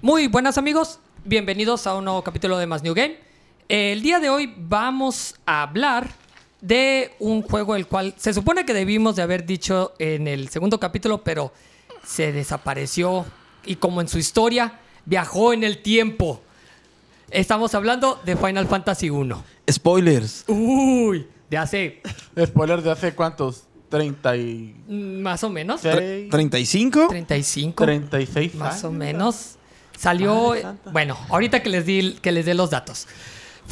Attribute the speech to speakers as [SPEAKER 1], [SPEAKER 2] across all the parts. [SPEAKER 1] Muy buenas amigos, bienvenidos a un nuevo capítulo de Más New Game. El día de hoy vamos a hablar de un juego el cual se supone que debimos de haber dicho en el segundo capítulo, pero se desapareció y como en su historia, viajó en el tiempo. Estamos hablando de Final Fantasy 1.
[SPEAKER 2] Spoilers.
[SPEAKER 1] Uy, de hace
[SPEAKER 3] Spoiler de hace cuántos? 30 y
[SPEAKER 1] mm, más o menos
[SPEAKER 2] Tre- ¿35?
[SPEAKER 1] 35
[SPEAKER 3] 36
[SPEAKER 1] más o
[SPEAKER 3] años.
[SPEAKER 1] menos. Salió, eh,
[SPEAKER 3] Madre santa.
[SPEAKER 1] bueno, ahorita que les di que les dé los datos.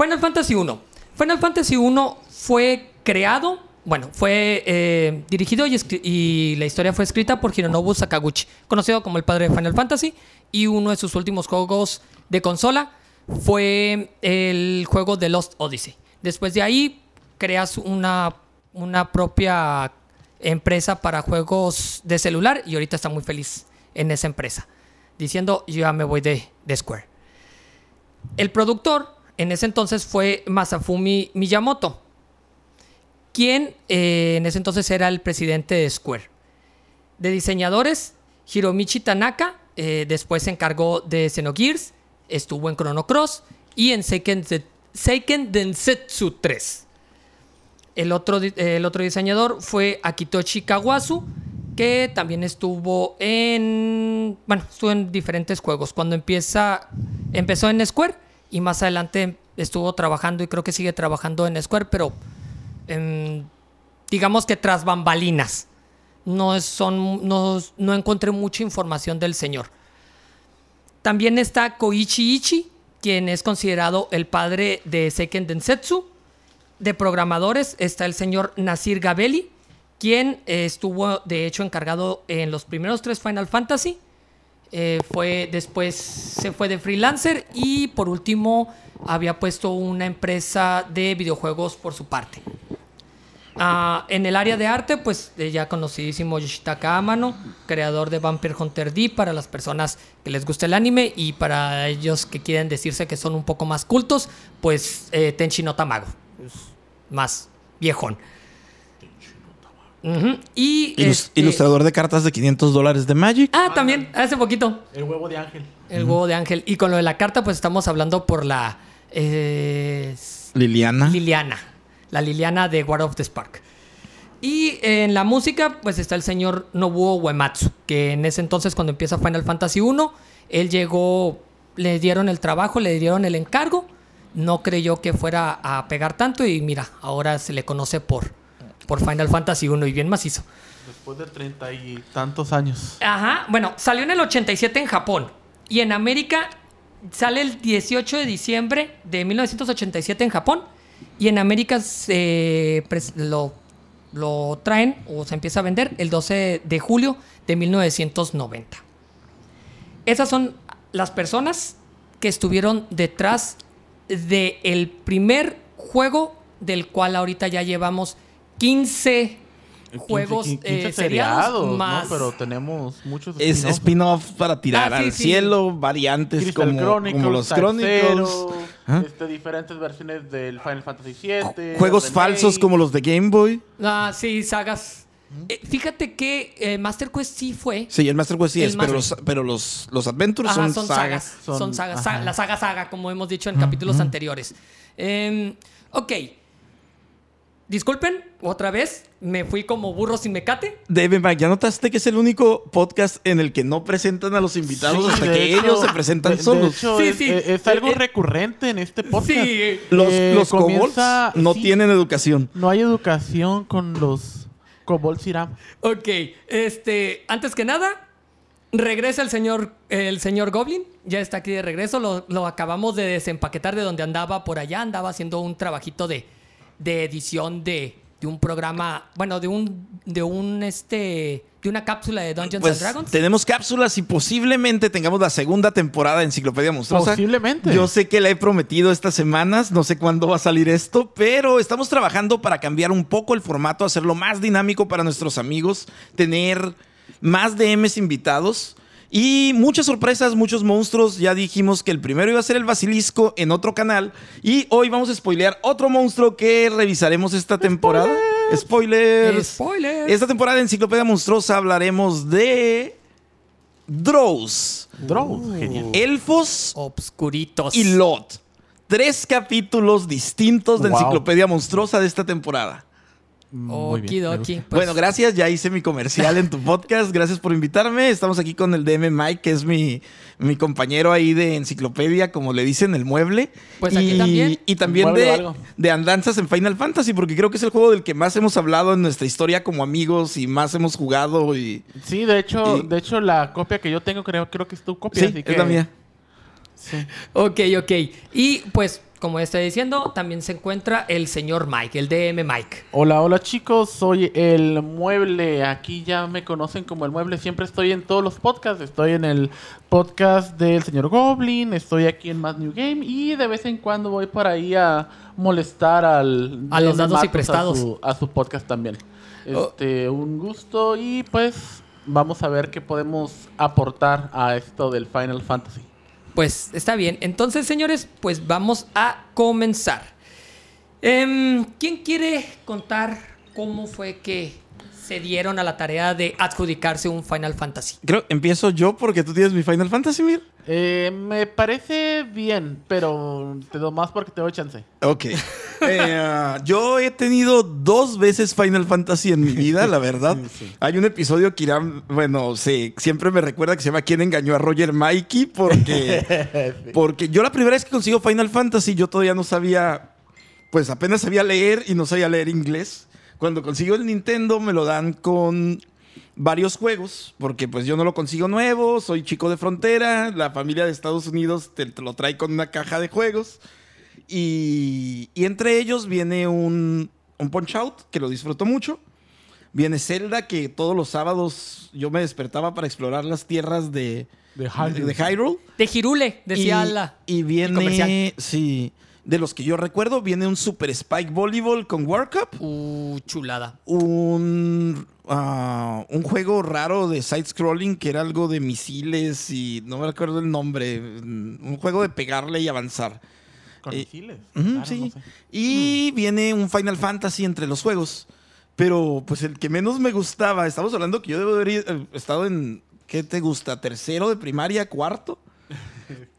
[SPEAKER 1] Final Fantasy 1. Final Fantasy 1 fue creado, bueno, fue eh, dirigido y, escri- y la historia fue escrita por Hironobu Sakaguchi, conocido como el padre de Final Fantasy, y uno de sus últimos juegos de consola fue el juego de Lost Odyssey. Después de ahí creas una, una propia empresa para juegos de celular y ahorita está muy feliz en esa empresa, diciendo yo ya me voy de, de Square. El productor en ese entonces fue Masafumi Miyamoto, quien eh, en ese entonces era el presidente de Square. De diseñadores, Hiromichi Tanaka eh, después se encargó de Xenogears, estuvo en Chrono Cross y en Seiken, Ze- Seiken Densetsu 3. El otro, di- el otro diseñador fue Akitoshi Kawasu, que también estuvo en. Bueno, estuvo en diferentes juegos. Cuando empieza. Empezó en Square y más adelante estuvo trabajando y creo que sigue trabajando en Square, pero. em, digamos que tras bambalinas. No, es- son, no, no encontré mucha información del señor. También está Koichi Ichi, quien es considerado el padre de Seiken Densetsu de programadores está el señor Nasir Gabelli, quien eh, estuvo de hecho encargado en los primeros tres Final Fantasy. Eh, fue después se fue de freelancer y por último había puesto una empresa de videojuegos por su parte. Ah, en el área de arte, pues eh, ya conocidísimo Yoshitaka Amano, creador de Vampire Hunter D para las personas que les gusta el anime y para ellos que quieren decirse que son un poco más cultos, pues eh, Tenchi no Tamago, es más viejón. Ujú, Y
[SPEAKER 2] Ilus-
[SPEAKER 1] este-
[SPEAKER 2] Ilustrador de cartas de 500 dólares de Magic.
[SPEAKER 1] Ah, también, hace poquito.
[SPEAKER 3] El huevo de ángel.
[SPEAKER 1] El huevo de ángel. Y con lo de la carta, pues estamos hablando por la eh,
[SPEAKER 2] Liliana.
[SPEAKER 1] Liliana. La Liliana de War of the Spark. Y eh, en la música, pues está el señor Nobuo Uematsu, que en ese entonces, cuando empieza Final Fantasy I, él llegó, le dieron el trabajo, le dieron el encargo, no creyó que fuera a pegar tanto y mira, ahora se le conoce por, por Final Fantasy I y bien macizo.
[SPEAKER 3] Después de 30 y tantos años.
[SPEAKER 1] Ajá, bueno, salió en el 87 en Japón y en América sale el 18 de diciembre de 1987 en Japón y en América se pres- lo, lo traen o se empieza a vender el 12 de julio de 1990. Esas son las personas que estuvieron detrás del el primer juego del cual ahorita ya llevamos 15 juegos
[SPEAKER 3] 15, 15
[SPEAKER 1] eh, seriados
[SPEAKER 3] ¿no?
[SPEAKER 1] más
[SPEAKER 3] Pero tenemos muchos
[SPEAKER 2] Es
[SPEAKER 3] spin-offs.
[SPEAKER 2] spin-off para tirar
[SPEAKER 1] Ah, sí,
[SPEAKER 2] al
[SPEAKER 1] sí.
[SPEAKER 2] cielo, variantes
[SPEAKER 3] Crystal
[SPEAKER 2] como,
[SPEAKER 3] Chronicles,
[SPEAKER 2] como los
[SPEAKER 3] Type
[SPEAKER 2] Chronicles.
[SPEAKER 3] Zero,
[SPEAKER 2] ¿Ah?
[SPEAKER 3] este, diferentes versiones del Final Fantasy VII.
[SPEAKER 2] Juegos
[SPEAKER 3] remake.
[SPEAKER 2] falsos como los de Game Boy.
[SPEAKER 1] Ah, sí, sagas. Eh, fíjate que eh, Master Quest sí fue.
[SPEAKER 2] Sí, el Master Quest sí
[SPEAKER 1] El
[SPEAKER 2] es, pero los,
[SPEAKER 1] Master-
[SPEAKER 2] pero los, los Adventures
[SPEAKER 1] Ajá,
[SPEAKER 2] son, sagas.
[SPEAKER 1] Son,
[SPEAKER 3] Son-
[SPEAKER 1] sagas. sa-
[SPEAKER 3] ajá.
[SPEAKER 1] la saga saga, como hemos dicho en capítulos anteriores. Em, ok. Disculpen, otra vez. Me fui como burro sin mecate.
[SPEAKER 2] Dave Mike, ¿ya notaste que es el único podcast en el que no presentan a los invitados
[SPEAKER 3] Sí,
[SPEAKER 2] hasta
[SPEAKER 3] de
[SPEAKER 2] que
[SPEAKER 3] hecho,
[SPEAKER 2] ellos se presentan
[SPEAKER 3] de- de
[SPEAKER 2] solos?
[SPEAKER 3] hecho,
[SPEAKER 1] Sí,
[SPEAKER 3] es,
[SPEAKER 1] sí.
[SPEAKER 3] es- es algo
[SPEAKER 1] Eh, eh,
[SPEAKER 3] recurrente en este podcast.
[SPEAKER 1] Sí.
[SPEAKER 2] los
[SPEAKER 3] Eh,
[SPEAKER 2] los kobolds
[SPEAKER 3] comienza-
[SPEAKER 2] no
[SPEAKER 3] sí,
[SPEAKER 2] tienen educación.
[SPEAKER 3] No hay educación con los kobolds Iram.
[SPEAKER 2] Uh,
[SPEAKER 1] Ok. Este, antes que nada, regresa el señor, el señor Goblin. Ya está aquí de regreso. Lo, lo acabamos de desempaquetar de donde andaba por allá. Andaba haciendo un trabajito de, de edición de, de un programa. Bueno, de un. de un este. de una cápsula de Dungeons
[SPEAKER 2] Pues
[SPEAKER 1] and Dragons.
[SPEAKER 2] tenemos cápsulas y posiblemente tengamos la segunda temporada de Enciclopedia Monstruosa.
[SPEAKER 3] Posiblemente.
[SPEAKER 2] Yo sé que la he prometido estas semanas, no sé cuándo va a salir esto, pero estamos trabajando para cambiar un poco el formato, hacerlo más dinámico para nuestros amigos, tener más DMs invitados. Y muchas sorpresas, muchos monstruos. Ya dijimos que el primero iba a ser el basilisco en otro canal. Y hoy vamos a spoilear otro monstruo que revisaremos esta temporada. Spoilers.
[SPEAKER 1] Spoilers.
[SPEAKER 2] Esta temporada de Enciclopedia Monstruosa hablaremos de Drows,
[SPEAKER 3] Drow, genial.
[SPEAKER 2] Elfos
[SPEAKER 1] Obscuritos.
[SPEAKER 2] y Lot. Tres capítulos distintos de
[SPEAKER 3] Wow.
[SPEAKER 2] Enciclopedia Monstruosa de esta temporada.
[SPEAKER 3] Muy bien, me
[SPEAKER 1] Okidoki.
[SPEAKER 3] gusta.
[SPEAKER 1] pues,
[SPEAKER 2] bueno, gracias. Ya hice mi comercial en tu podcast. Gracias por invitarme. Estamos aquí con el DM Mike, que es mi, mi compañero ahí de enciclopedia, como le dicen, el mueble.
[SPEAKER 1] Pues
[SPEAKER 2] y,
[SPEAKER 1] aquí también.
[SPEAKER 2] Y también
[SPEAKER 3] Mueble
[SPEAKER 2] de,
[SPEAKER 3] largo.
[SPEAKER 2] de andanzas en Final Fantasy, porque creo que es el juego del que más hemos hablado en nuestra historia como amigos y más hemos jugado. Y...
[SPEAKER 3] Sí, de hecho,
[SPEAKER 2] Y-
[SPEAKER 3] de hecho la copia que yo tengo creo, creo que es tu copia.
[SPEAKER 2] Sí,
[SPEAKER 3] así
[SPEAKER 2] es
[SPEAKER 3] que-
[SPEAKER 2] la mía.
[SPEAKER 3] Sí.
[SPEAKER 1] Ok, ok. Y pues, como está diciendo, también se encuentra el señor Mike, el DM Mike.
[SPEAKER 3] Hola, hola chicos, soy el mueble. Aquí ya me conocen como el mueble. Siempre estoy en todos los podcasts. Estoy en el podcast del señor Goblin, estoy aquí en Mad New Game y de vez en cuando voy por ahí a molestar al
[SPEAKER 1] A los
[SPEAKER 3] de
[SPEAKER 1] dados y
[SPEAKER 3] Matos
[SPEAKER 1] prestados.
[SPEAKER 3] a su, a su podcast también. Este, un gusto y pues vamos a ver qué podemos aportar a esto del Final Fantasy.
[SPEAKER 1] Pues está bien. Entonces, señores, pues vamos a comenzar. Em, ¿Quién quiere contar cómo fue que se dieron a la tarea de adjudicarse un Final Fantasy?
[SPEAKER 2] Creo empiezo yo porque tú tienes mi Final Fantasy, Mir.
[SPEAKER 3] Eh, me parece bien, pero te doy más porque te doy chance.
[SPEAKER 2] Ok. Eh, yo he tenido dos veces Final Fantasy en mi vida, la verdad. Hay un episodio que Irán, bueno, se- siempre me recuerda que se llama ¿Quién engañó a Roger Mikey? Porque, porque yo la primera vez que consigo Final Fantasy, yo todavía no sabía, pues apenas sabía leer y no sabía leer inglés. Cuando consigo el Nintendo me lo dan con varios juegos, porque pues yo no lo consigo nuevo, soy chico de frontera, la familia de Estados Unidos te, te lo trae con una caja de juegos. Y, y entre ellos viene un, un Punch Out, que lo disfruto mucho. Viene Zelda, que todos los sábados yo me despertaba para explorar las tierras de,
[SPEAKER 3] De
[SPEAKER 2] de, de Hyrule.
[SPEAKER 1] De Girule, decía
[SPEAKER 2] y,
[SPEAKER 1] la.
[SPEAKER 2] y
[SPEAKER 1] comercial.
[SPEAKER 2] viene, sí, de los que yo recuerdo, viene un Super Spike Volleyball con World Cup
[SPEAKER 1] Uh, chulada.
[SPEAKER 2] un, ah, un juego raro de side-scrolling que era algo de misiles y no me recuerdo el nombre. mm, Un juego de pegarle y avanzar.
[SPEAKER 3] Con
[SPEAKER 2] Eh,
[SPEAKER 3] misiles.
[SPEAKER 2] Ujú,
[SPEAKER 3] claro,
[SPEAKER 2] sí.
[SPEAKER 3] no sé. Mm.
[SPEAKER 2] Y viene un Final Fantasy entre los juegos. Pero pues el que menos me gustaba, estamos hablando que yo debo haber eh, estado en, ¿qué te gusta? ¿Tercero de primaria? ¿Cuarto?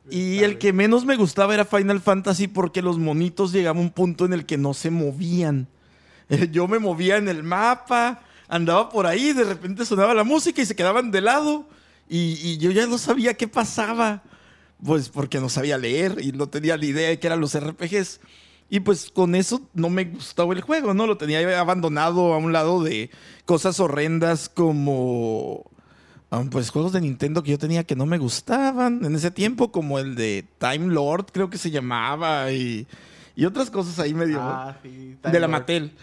[SPEAKER 2] Y el que menos me gustaba era Final Fantasy porque los monitos llegaban a un punto en el que no se movían. Eh, Yo me movía en el mapa, andaba por ahí, de repente sonaba la música y se quedaban de lado. Y, y yo ya no sabía qué pasaba. Pues porque no sabía leer y no tenía la idea de qué eran los RPGs. Y pues con eso no me gustaba el juego, ¿no? Lo tenía abandonado a un lado de cosas horrendas como... ah, Pues juegos de Nintendo que yo tenía que no me gustaban en ese tiempo, como el de Time Lord, creo que se llamaba, y, y otras cosas ahí medio
[SPEAKER 3] Ah, sí,
[SPEAKER 2] de la
[SPEAKER 3] Time Lord.
[SPEAKER 2] Mattel.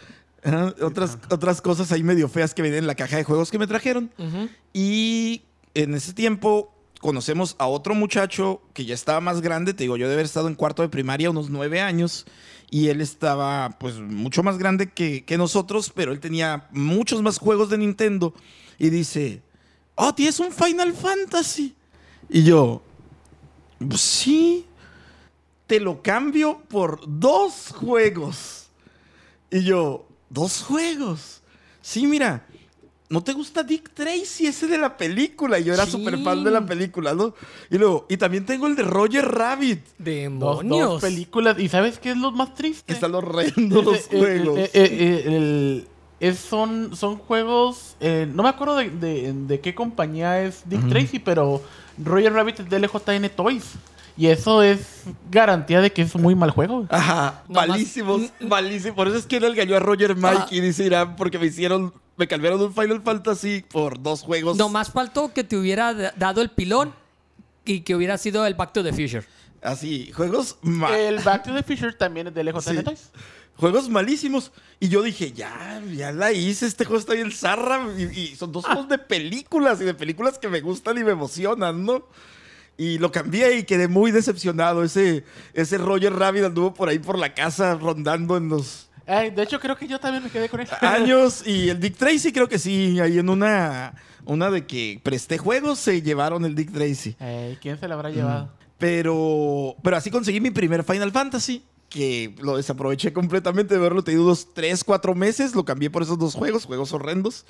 [SPEAKER 2] Ajá, otras, otras cosas ahí medio feas que venían en la caja de juegos que me trajeron.
[SPEAKER 1] Ujú.
[SPEAKER 2] Y en ese tiempo conocemos a otro muchacho que ya estaba más grande, te digo, yo de haber estado en cuarto de primaria, unos nueve años, y él estaba pues mucho más grande que, que nosotros, pero él tenía muchos más juegos de Nintendo. Y dice, oh, tienes un Final Fantasy. Y yo, sí, te lo cambio por dos juegos. Y yo, dos juegos. Sí, mira, ¿no te gusta Dick Tracy, ese de la película? Y yo era
[SPEAKER 1] Sí.
[SPEAKER 2] súper fan de la película, ¿no? Y luego, y también tengo el de Roger Rabbit,
[SPEAKER 3] Dos,
[SPEAKER 1] Demonios.
[SPEAKER 3] dos películas. ¿Y sabes qué es lo más triste?
[SPEAKER 2] que están horrendos los
[SPEAKER 3] Eh, eh,
[SPEAKER 2] juegos.
[SPEAKER 3] eh, eh, eh, el- es- son, son juegos. eh, no me acuerdo de, de- de qué compañía es Dick Tracy, pero Roger Rabbit es de LJN Toys. Y eso es garantía de que es un muy mal juego.
[SPEAKER 2] Ajá,
[SPEAKER 1] Nomás-
[SPEAKER 2] malísimos, malísimos. Por eso es que él engañó a Roger Mike
[SPEAKER 1] Mm, Ah.
[SPEAKER 2] y dice Irán, porque me hicieron, me cambiaron un Final Fantasy por dos juegos.
[SPEAKER 1] Nomás faltó que te hubiera da- dado el pilón y que hubiera sido el Back to the Future.
[SPEAKER 2] Así, juegos ma-
[SPEAKER 3] El Back to the Future también es de LJN
[SPEAKER 2] Ah. Sí.
[SPEAKER 3] Toys.
[SPEAKER 2] Juegos malísimos. Y yo dije, ya, ya la hice, este juego está bien zarra. Y, y son dos juegos de películas y de películas que me gustan y me emocionan, ¿no? Y lo cambié y quedé muy decepcionado. Ese, ese Roger Rabbit anduvo por ahí por la casa rondando en los
[SPEAKER 3] Ay, de hecho, creo que yo también me quedé con él.
[SPEAKER 2] Ah, años. Y el Dick Tracy creo que sí, ahí en una, una de que presté juegos se llevaron el Dick Tracy.
[SPEAKER 3] Ay, ¿Quién se la habrá llevado?
[SPEAKER 2] Pero, pero así conseguí mi primer Final Fantasy, que lo desaproveché completamente de verlo. Te digo, unos 3, 4 meses, lo cambié por esos dos juegos, juegos horrendos.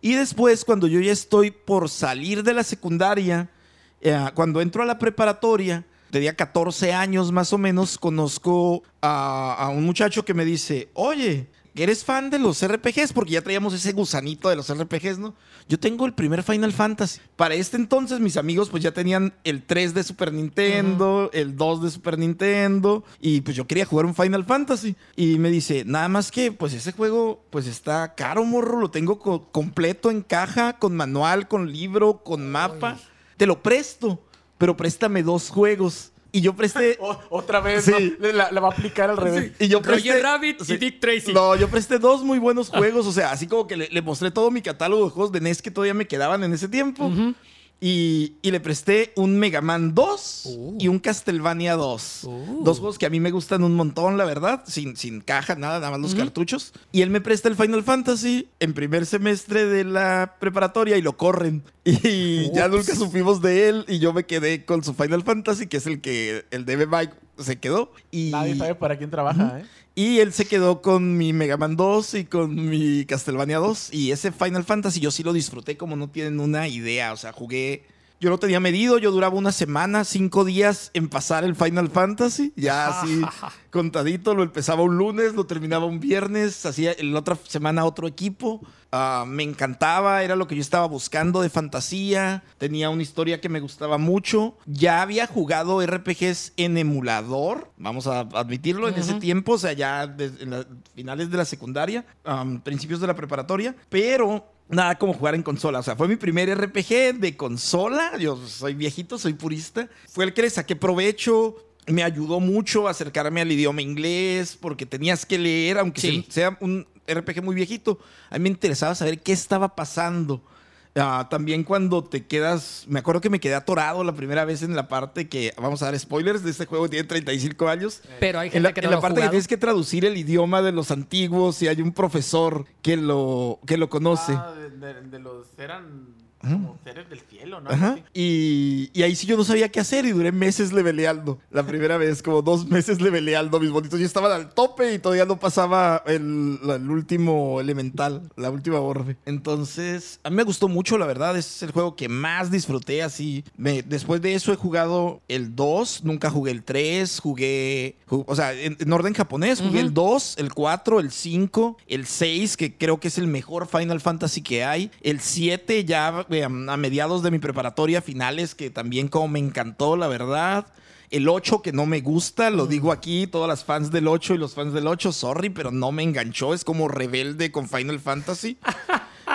[SPEAKER 2] Y después, cuando yo ya estoy por salir de la secundaria, eh, cuando entro a la preparatoria, tenía 14 años más o menos, conozco a, a un muchacho que me dice, oye, ¿eres fan de los RPGs? Porque ya traíamos ese gusanito de los RPGs, ¿no? Yo tengo el primer Final Fantasy. Para este entonces mis amigos pues ya tenían el 3 de Super Nintendo, el 2 de Super Nintendo, y pues yo quería jugar un Final Fantasy. Y me dice, nada más que pues ese juego pues está caro, morro, lo tengo co- completo en caja, con manual, con libro, con mapa. Te lo presto, pero préstame dos juegos. Y yo presté...
[SPEAKER 3] O- otra vez,
[SPEAKER 2] Sí.
[SPEAKER 3] ¿no? la, la va a aplicar al revés.
[SPEAKER 2] Y yo
[SPEAKER 1] Roger
[SPEAKER 2] presté-
[SPEAKER 1] Rabbit y Dick Tracy.
[SPEAKER 2] No, yo presté dos muy buenos juegos. O sea, así como que le, le mostré todo mi catálogo de juegos de NES que todavía me quedaban en ese tiempo. y, y le presté un Mega Man 2
[SPEAKER 1] Uh.
[SPEAKER 2] y un Castlevania 2.
[SPEAKER 1] Uh.
[SPEAKER 2] Dos juegos que a mí me gustan un montón, la verdad. Sin, sin caja, nada, nada más los cartuchos. Y él me presta el Final Fantasy en primer semestre de la preparatoria y lo corren. Y ya
[SPEAKER 1] Ups.
[SPEAKER 2] nunca supimos de él. Y yo me quedé con su Final Fantasy, que es el que el DB Mike se quedó. Y
[SPEAKER 3] Nadie sabe para quién trabaja, ¿eh?
[SPEAKER 2] y él se quedó con mi Mega Man 2 y con mi Castlevania 2. Y ese Final Fantasy yo sí lo disfruté como no tienen una idea. O sea, jugué. Yo lo tenía medido, yo duraba una semana, cinco días en pasar el Final Fantasy. Ya así contadito, lo empezaba un lunes, lo terminaba un viernes, hacía en la otra semana otro equipo. Ah, me encantaba, era lo que yo estaba buscando de fantasía. Tenía una historia que me gustaba mucho. Ya había jugado RPGs en emulador, vamos a admitirlo, en ese tiempo, o sea, ya desde en la- finales de la secundaria, am, principios de la preparatoria, pero nada como jugar en consola. O sea, fue mi primer RPG de consola. Yo soy viejito, soy purista. Fue el que le saqué provecho. Me ayudó mucho a acercarme al idioma inglés porque tenías que leer, aunque
[SPEAKER 1] Sí.
[SPEAKER 2] sea- sea un RPG muy viejito. A mí me interesaba saber qué estaba pasando. Ah, también cuando te quedas, me acuerdo que me quedé atorado la primera vez en la parte que, vamos a dar spoilers de este juego, tiene 35 años.
[SPEAKER 1] Pero hay gente
[SPEAKER 2] En la,
[SPEAKER 1] que
[SPEAKER 2] en
[SPEAKER 1] no
[SPEAKER 2] la
[SPEAKER 1] lo ha
[SPEAKER 2] parte que
[SPEAKER 1] jugado.
[SPEAKER 2] tienes que traducir el idioma de los antiguos y hay un profesor que lo, que lo conoce.
[SPEAKER 3] Ah, de, de- de los eran como seres del cielo, ¿no?
[SPEAKER 2] Ajá.
[SPEAKER 3] Así.
[SPEAKER 2] Y, y ahí sí yo no sabía qué hacer y duré meses leveleando. La primera vez, como dos meses leveleando. Mis bonitos ya estaban al tope y todavía no pasaba el, la- el último elemental, la última orbe. Entonces, a mí me gustó mucho, la verdad. Es el juego que más disfruté así. Me- después de eso he jugado el 2, nunca jugué el 3, jugué... ju- o sea, en, en orden japonés, jugué el 2, el 4, el 5, el 6, que creo que es el mejor Final Fantasy que hay. El 7 ya eh, a mediados de mi preparatoria, finales, que también como me encantó, la verdad. El 8 que no me gusta, lo digo aquí, todas las fans del 8 y los fans del 8, sorry, pero no me enganchó, es como rebelde con Final Fantasy.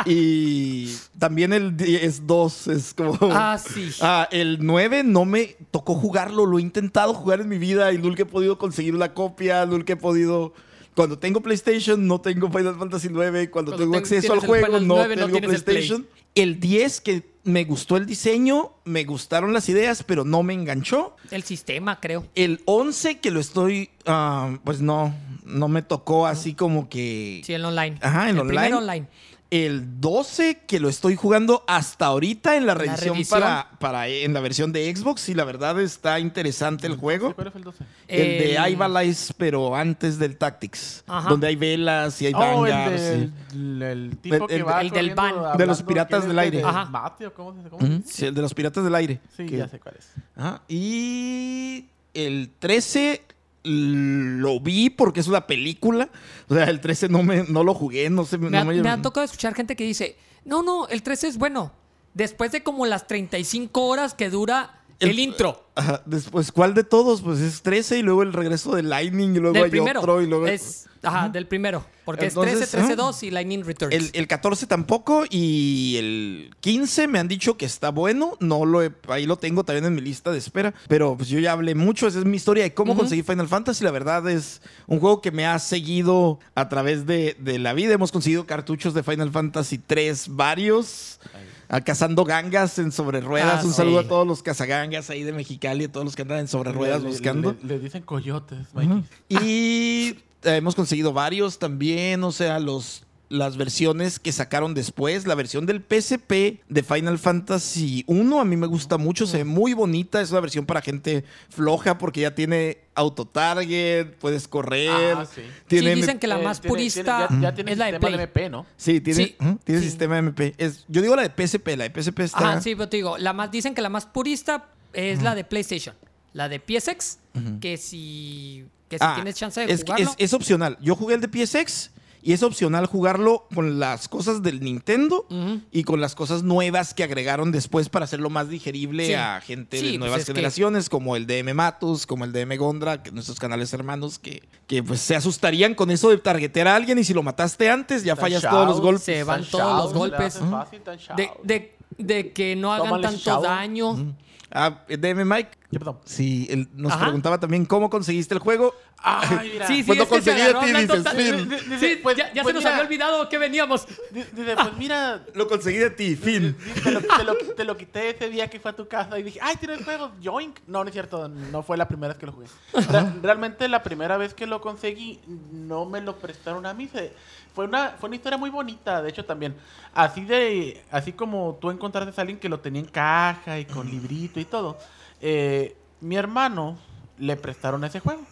[SPEAKER 2] y también el 10 2 es como...
[SPEAKER 1] Ah, sí.
[SPEAKER 2] Ah, el 9 no me tocó jugarlo, lo he intentado jugar en mi vida y nunca he podido conseguir la copia, nunca he podido... Cuando tengo PlayStation no tengo Final Fantasy 9, cuando,
[SPEAKER 1] Cuando
[SPEAKER 2] tengo
[SPEAKER 1] ten-
[SPEAKER 2] acceso al
[SPEAKER 1] tienes el
[SPEAKER 2] juego
[SPEAKER 1] Final
[SPEAKER 2] no
[SPEAKER 1] 9, no
[SPEAKER 2] tengo
[SPEAKER 1] tienes el Play.
[SPEAKER 2] PlayStation. El 10 que me gustó el diseño, me gustaron las ideas, pero no me enganchó.
[SPEAKER 1] El sistema, creo.
[SPEAKER 2] El 11 que lo estoy, ah, pues no, no me tocó así como que...
[SPEAKER 1] Sí, el online.
[SPEAKER 2] Ajá, el
[SPEAKER 1] primer
[SPEAKER 2] online.
[SPEAKER 1] online.
[SPEAKER 2] El 12 que lo estoy jugando hasta ahorita en la revisión,
[SPEAKER 1] revisión.
[SPEAKER 2] Para, para eh, en la versión de Xbox y la verdad está interesante
[SPEAKER 3] Mm,
[SPEAKER 2] el juego.
[SPEAKER 3] ¿Cuál es el 12?
[SPEAKER 2] El de
[SPEAKER 1] El-
[SPEAKER 2] Ivalice, pero antes del Tactics,
[SPEAKER 1] Eh, Ajá.
[SPEAKER 2] donde hay velas y hay
[SPEAKER 3] Oh, el,
[SPEAKER 2] bangers,
[SPEAKER 3] del,
[SPEAKER 2] sí.
[SPEAKER 3] el- el tipo
[SPEAKER 2] El-
[SPEAKER 3] que
[SPEAKER 2] el-
[SPEAKER 3] va
[SPEAKER 1] el del
[SPEAKER 3] corriendo
[SPEAKER 1] van. De
[SPEAKER 2] los
[SPEAKER 3] hablando,
[SPEAKER 2] piratas
[SPEAKER 3] ¿quién es
[SPEAKER 2] del
[SPEAKER 3] el
[SPEAKER 2] aire.
[SPEAKER 3] de
[SPEAKER 1] Ajá.
[SPEAKER 3] Mate o cómo se cómo se-
[SPEAKER 2] Ujú, sí, el de los Piratas del Aire.
[SPEAKER 3] Sí,
[SPEAKER 2] que-
[SPEAKER 3] ya sé cuál es.
[SPEAKER 2] Ajá. Y el 13 lo vi porque es una película. O sea, el 13 no, me, no lo jugué, no sé.
[SPEAKER 1] Me,
[SPEAKER 2] no
[SPEAKER 1] ha,
[SPEAKER 2] me-
[SPEAKER 1] me ha tocado escuchar gente que dice, no, no, el 13 es bueno. Después de como las 35 horas que dura el,
[SPEAKER 2] El-
[SPEAKER 1] intro
[SPEAKER 2] Ajá, Después, ¿cuál de todos? Pues es 13 y luego el regreso de Lightning y luego
[SPEAKER 1] del
[SPEAKER 2] hay
[SPEAKER 1] primero.
[SPEAKER 2] otro y luego...
[SPEAKER 1] Es, ajá, del primero. Porque
[SPEAKER 2] Entonces,
[SPEAKER 1] es 13, 13,
[SPEAKER 2] ajá.
[SPEAKER 1] 2 y Lightning Returns.
[SPEAKER 2] El, el 14 tampoco y el 15 me han dicho que está bueno. No lo he- ahí lo tengo también en mi lista de espera. Pero pues yo ya hablé mucho. Esa es mi historia de cómo conseguí Final Fantasy. La verdad es un juego que me ha seguido a través de, de la vida. Hemos conseguido cartuchos de Final Fantasy 3 varios. ah, Cazando gangas en sobre ruedas.
[SPEAKER 1] Ah,
[SPEAKER 2] un saludo
[SPEAKER 1] sí.
[SPEAKER 2] a todos los cazagangas ahí de Mexicali, a todos los que andan en sobre ruedas
[SPEAKER 3] Le- le-
[SPEAKER 2] buscando.
[SPEAKER 3] Le, le dicen coyotes, Mikey.
[SPEAKER 2] Y eh, hemos conseguido varios también, o sea, los las versiones que sacaron después. La versión del PSP de Final Fantasy 1 a mí me gusta mucho, se ve muy bonita. Es una versión para gente floja porque ya tiene auto-target, puedes correr.
[SPEAKER 3] Ah, sí.
[SPEAKER 2] tiene
[SPEAKER 1] sí, dicen que la
[SPEAKER 3] Eh,
[SPEAKER 1] más
[SPEAKER 3] tiene-
[SPEAKER 1] purista
[SPEAKER 3] tiene- ya, ya tiene
[SPEAKER 1] es la de
[SPEAKER 3] sistema
[SPEAKER 1] Play.
[SPEAKER 3] MP, ¿no?
[SPEAKER 2] Sí, tiene,
[SPEAKER 1] Sí.
[SPEAKER 2] ¿Mm? tiene
[SPEAKER 1] Sí.
[SPEAKER 2] sistema MP. Es- yo digo la de PSP, la de PSP está.
[SPEAKER 1] Ajá, sí, pero te digo, la más, dicen que la más purista es la de PlayStation. La de PSX, que si, que si
[SPEAKER 2] Ah,
[SPEAKER 1] tienes chance de
[SPEAKER 2] es, que
[SPEAKER 1] jugarlo.
[SPEAKER 2] es- es opcional. Yo jugué el de PSX y es opcional jugarlo con las cosas del Nintendo
[SPEAKER 1] Ujú.
[SPEAKER 2] y con las cosas nuevas que agregaron después para hacerlo más digerible
[SPEAKER 1] Sí.
[SPEAKER 2] a gente
[SPEAKER 1] Sí,
[SPEAKER 2] de
[SPEAKER 1] pues
[SPEAKER 2] nuevas
[SPEAKER 1] es que-
[SPEAKER 2] generaciones, como el DM Matus, como el DM Gondra, que nuestros canales hermanos que, que pues se asustarían con eso de targetear a alguien y si lo mataste antes ya
[SPEAKER 3] Tan
[SPEAKER 2] fallas todos los
[SPEAKER 3] shout,
[SPEAKER 2] golpes.
[SPEAKER 1] Se van
[SPEAKER 3] tan
[SPEAKER 1] todos los
[SPEAKER 3] shout, le
[SPEAKER 1] golpes.
[SPEAKER 3] haces fácil, tan
[SPEAKER 1] de,
[SPEAKER 3] shout.
[SPEAKER 1] de- de que no hagan
[SPEAKER 3] Tómale ese
[SPEAKER 1] tanto
[SPEAKER 3] chavo.
[SPEAKER 1] daño.
[SPEAKER 2] Ah, el DM Mike.
[SPEAKER 3] Ya, perdón.
[SPEAKER 2] Sí, él nos
[SPEAKER 1] Ajá.
[SPEAKER 2] preguntaba también cómo conseguiste el juego.
[SPEAKER 3] Ay, mira.
[SPEAKER 1] Sí, sí,
[SPEAKER 2] Cuando
[SPEAKER 1] es que se
[SPEAKER 2] Pues conseguí a
[SPEAKER 1] agarró
[SPEAKER 2] ti,
[SPEAKER 1] hablando
[SPEAKER 2] dices,
[SPEAKER 1] tan-
[SPEAKER 2] fin.
[SPEAKER 1] Sí,
[SPEAKER 3] Dice, pues,
[SPEAKER 1] ya, ya se
[SPEAKER 3] pues
[SPEAKER 1] nos
[SPEAKER 3] mira.
[SPEAKER 1] había olvidado que veníamos.
[SPEAKER 3] Di- Dice, pues mira,
[SPEAKER 2] Lo conseguí de ti, fin.
[SPEAKER 3] te lo, te lo- te lo quité ese día que fue a tu casa y dije, ay, tienes juegos, joink. No, no es cierto, no fue la primera vez que lo jugué. Re- realmente la primera vez que lo conseguí, no me lo prestaron a mí. se- fue, una, fue una historia muy bonita, de hecho también. Así de así como tú encontraste a alguien que lo tenía en caja y con librito y todo. eh, mi hermano le prestaron ese juego.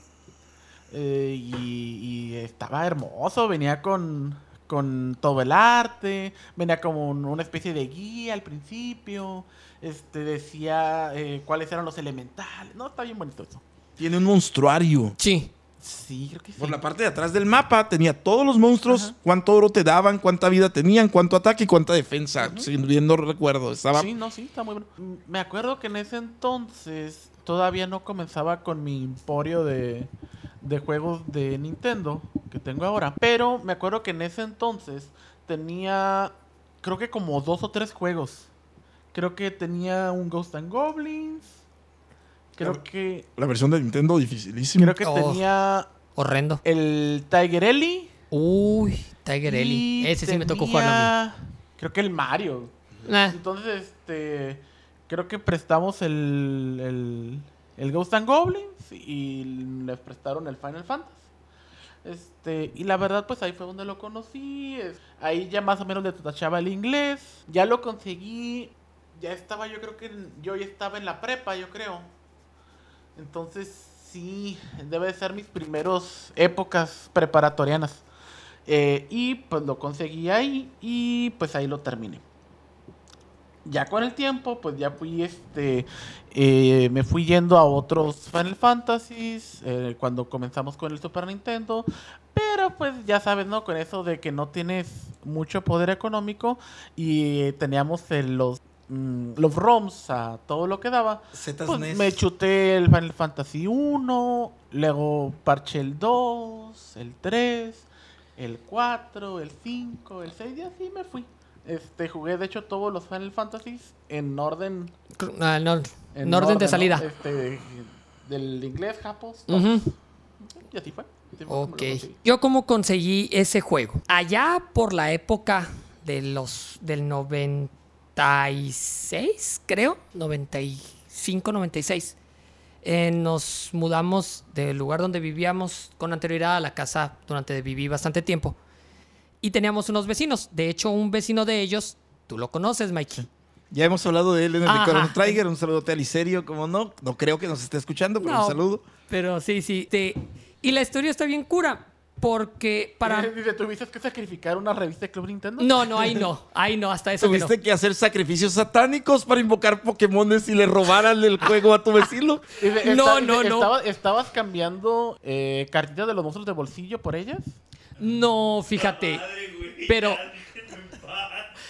[SPEAKER 3] Eh, y, y estaba hermoso, venía con, con todo el arte, venía como un- una especie de guía al principio, este decía eh, cuáles eran los elementales, no, está bien bonito eso.
[SPEAKER 2] Tiene un monstruario.
[SPEAKER 1] Sí.
[SPEAKER 3] Sí, creo que sí.
[SPEAKER 2] Por la parte de atrás del mapa tenía todos los monstruos, cuánto oro te daban, cuánta vida tenían, cuánto ataque y cuánta defensa. Si bien no recuerdo, estaba...
[SPEAKER 3] Sí, no, sí, está muy bueno. Mm, Me acuerdo que en ese entonces todavía no comenzaba con mi emporio de, de juegos de Nintendo que tengo ahora. Pero me acuerdo que en ese entonces tenía, creo que como dos o tres juegos. Creo que tenía un Ghost and Goblins. Creo que,
[SPEAKER 2] La versión de Nintendo dificilísima.
[SPEAKER 3] creo que
[SPEAKER 1] Oh.
[SPEAKER 3] tenía
[SPEAKER 1] Horrendo.
[SPEAKER 3] el Tiger Ellie.
[SPEAKER 1] Uy, Tiger
[SPEAKER 3] y
[SPEAKER 1] Ellie. Ese sí me tocó jugarlo a
[SPEAKER 3] tenía- Creo que el Mario.
[SPEAKER 1] mí. Ah, Nah.
[SPEAKER 3] Entonces, este. Creo que prestamos el. El, el Ghost and Goblins y les prestaron el Final Fantasy. Este, y la verdad, pues ahí fue donde lo conocí. es- Ahí ya más o menos le tachaba el inglés. Ya lo conseguí. Ya estaba, yo creo que. en- Yo ya estaba en la prepa, yo creo. Entonces, sí, debe de ser mis primeros épocas preparatorianas. Eh, y pues lo conseguí ahí y pues ahí lo terminé ya con el tiempo, pues ya fui este. eh, me fui yendo a otros Final Fantasies. eh, cuando comenzamos con el Super Nintendo. Pero pues ya sabes, ¿no? Con eso de que no tienes mucho poder económico. Y eh, teníamos eh, los. mm, los ROMs a todo lo que daba.
[SPEAKER 2] Zetas
[SPEAKER 3] Pues,
[SPEAKER 2] NES.
[SPEAKER 3] me chuté el Final Fantasy 1, luego parché el 2, el 3, el 4, el 5, el 6 y así me fui. Este, jugué de hecho todos los Final Fantasies en orden.
[SPEAKER 1] Cr- ah, no, en,
[SPEAKER 3] En
[SPEAKER 1] orden, de
[SPEAKER 3] ¿no?
[SPEAKER 1] salida.
[SPEAKER 3] Este, del inglés, japos, todo.
[SPEAKER 1] Ujú.
[SPEAKER 3] y así fue. Así fue como lo
[SPEAKER 1] Ok.
[SPEAKER 3] conseguí.
[SPEAKER 1] Yo cómo conseguí ese juego. Allá por la época de los del 96, creo, 95, 96. eh, nos mudamos del lugar donde vivíamos con anterioridad a la casa durante viví bastante tiempo. Y teníamos unos vecinos. De hecho, un vecino de ellos, tú lo conoces, Mikey.
[SPEAKER 2] Ya hemos hablado de él en el
[SPEAKER 1] Ajá.
[SPEAKER 2] de Corona Trigger. Un saludote a Alicerio, como no. No creo que nos esté escuchando, pero
[SPEAKER 1] No,
[SPEAKER 2] un saludo.
[SPEAKER 1] Pero sí, sí. te- y la historia está bien cura. Porque para.
[SPEAKER 3] Dice, ¿tuviste que sacrificar una revista de Club Nintendo?
[SPEAKER 1] No, no, ahí no. Ahí no, hasta eso. que no.
[SPEAKER 2] Tuviste que hacer sacrificios satánicos para invocar Pokémones y le robaran el juego a tu vecino.
[SPEAKER 3] Dice,
[SPEAKER 1] No,
[SPEAKER 3] esta-
[SPEAKER 1] no,
[SPEAKER 3] dice,
[SPEAKER 1] no.
[SPEAKER 3] estaba- ¿Estabas cambiando eh, cartitas de los monstruos de bolsillo por ellas?
[SPEAKER 1] No, fíjate. Pero.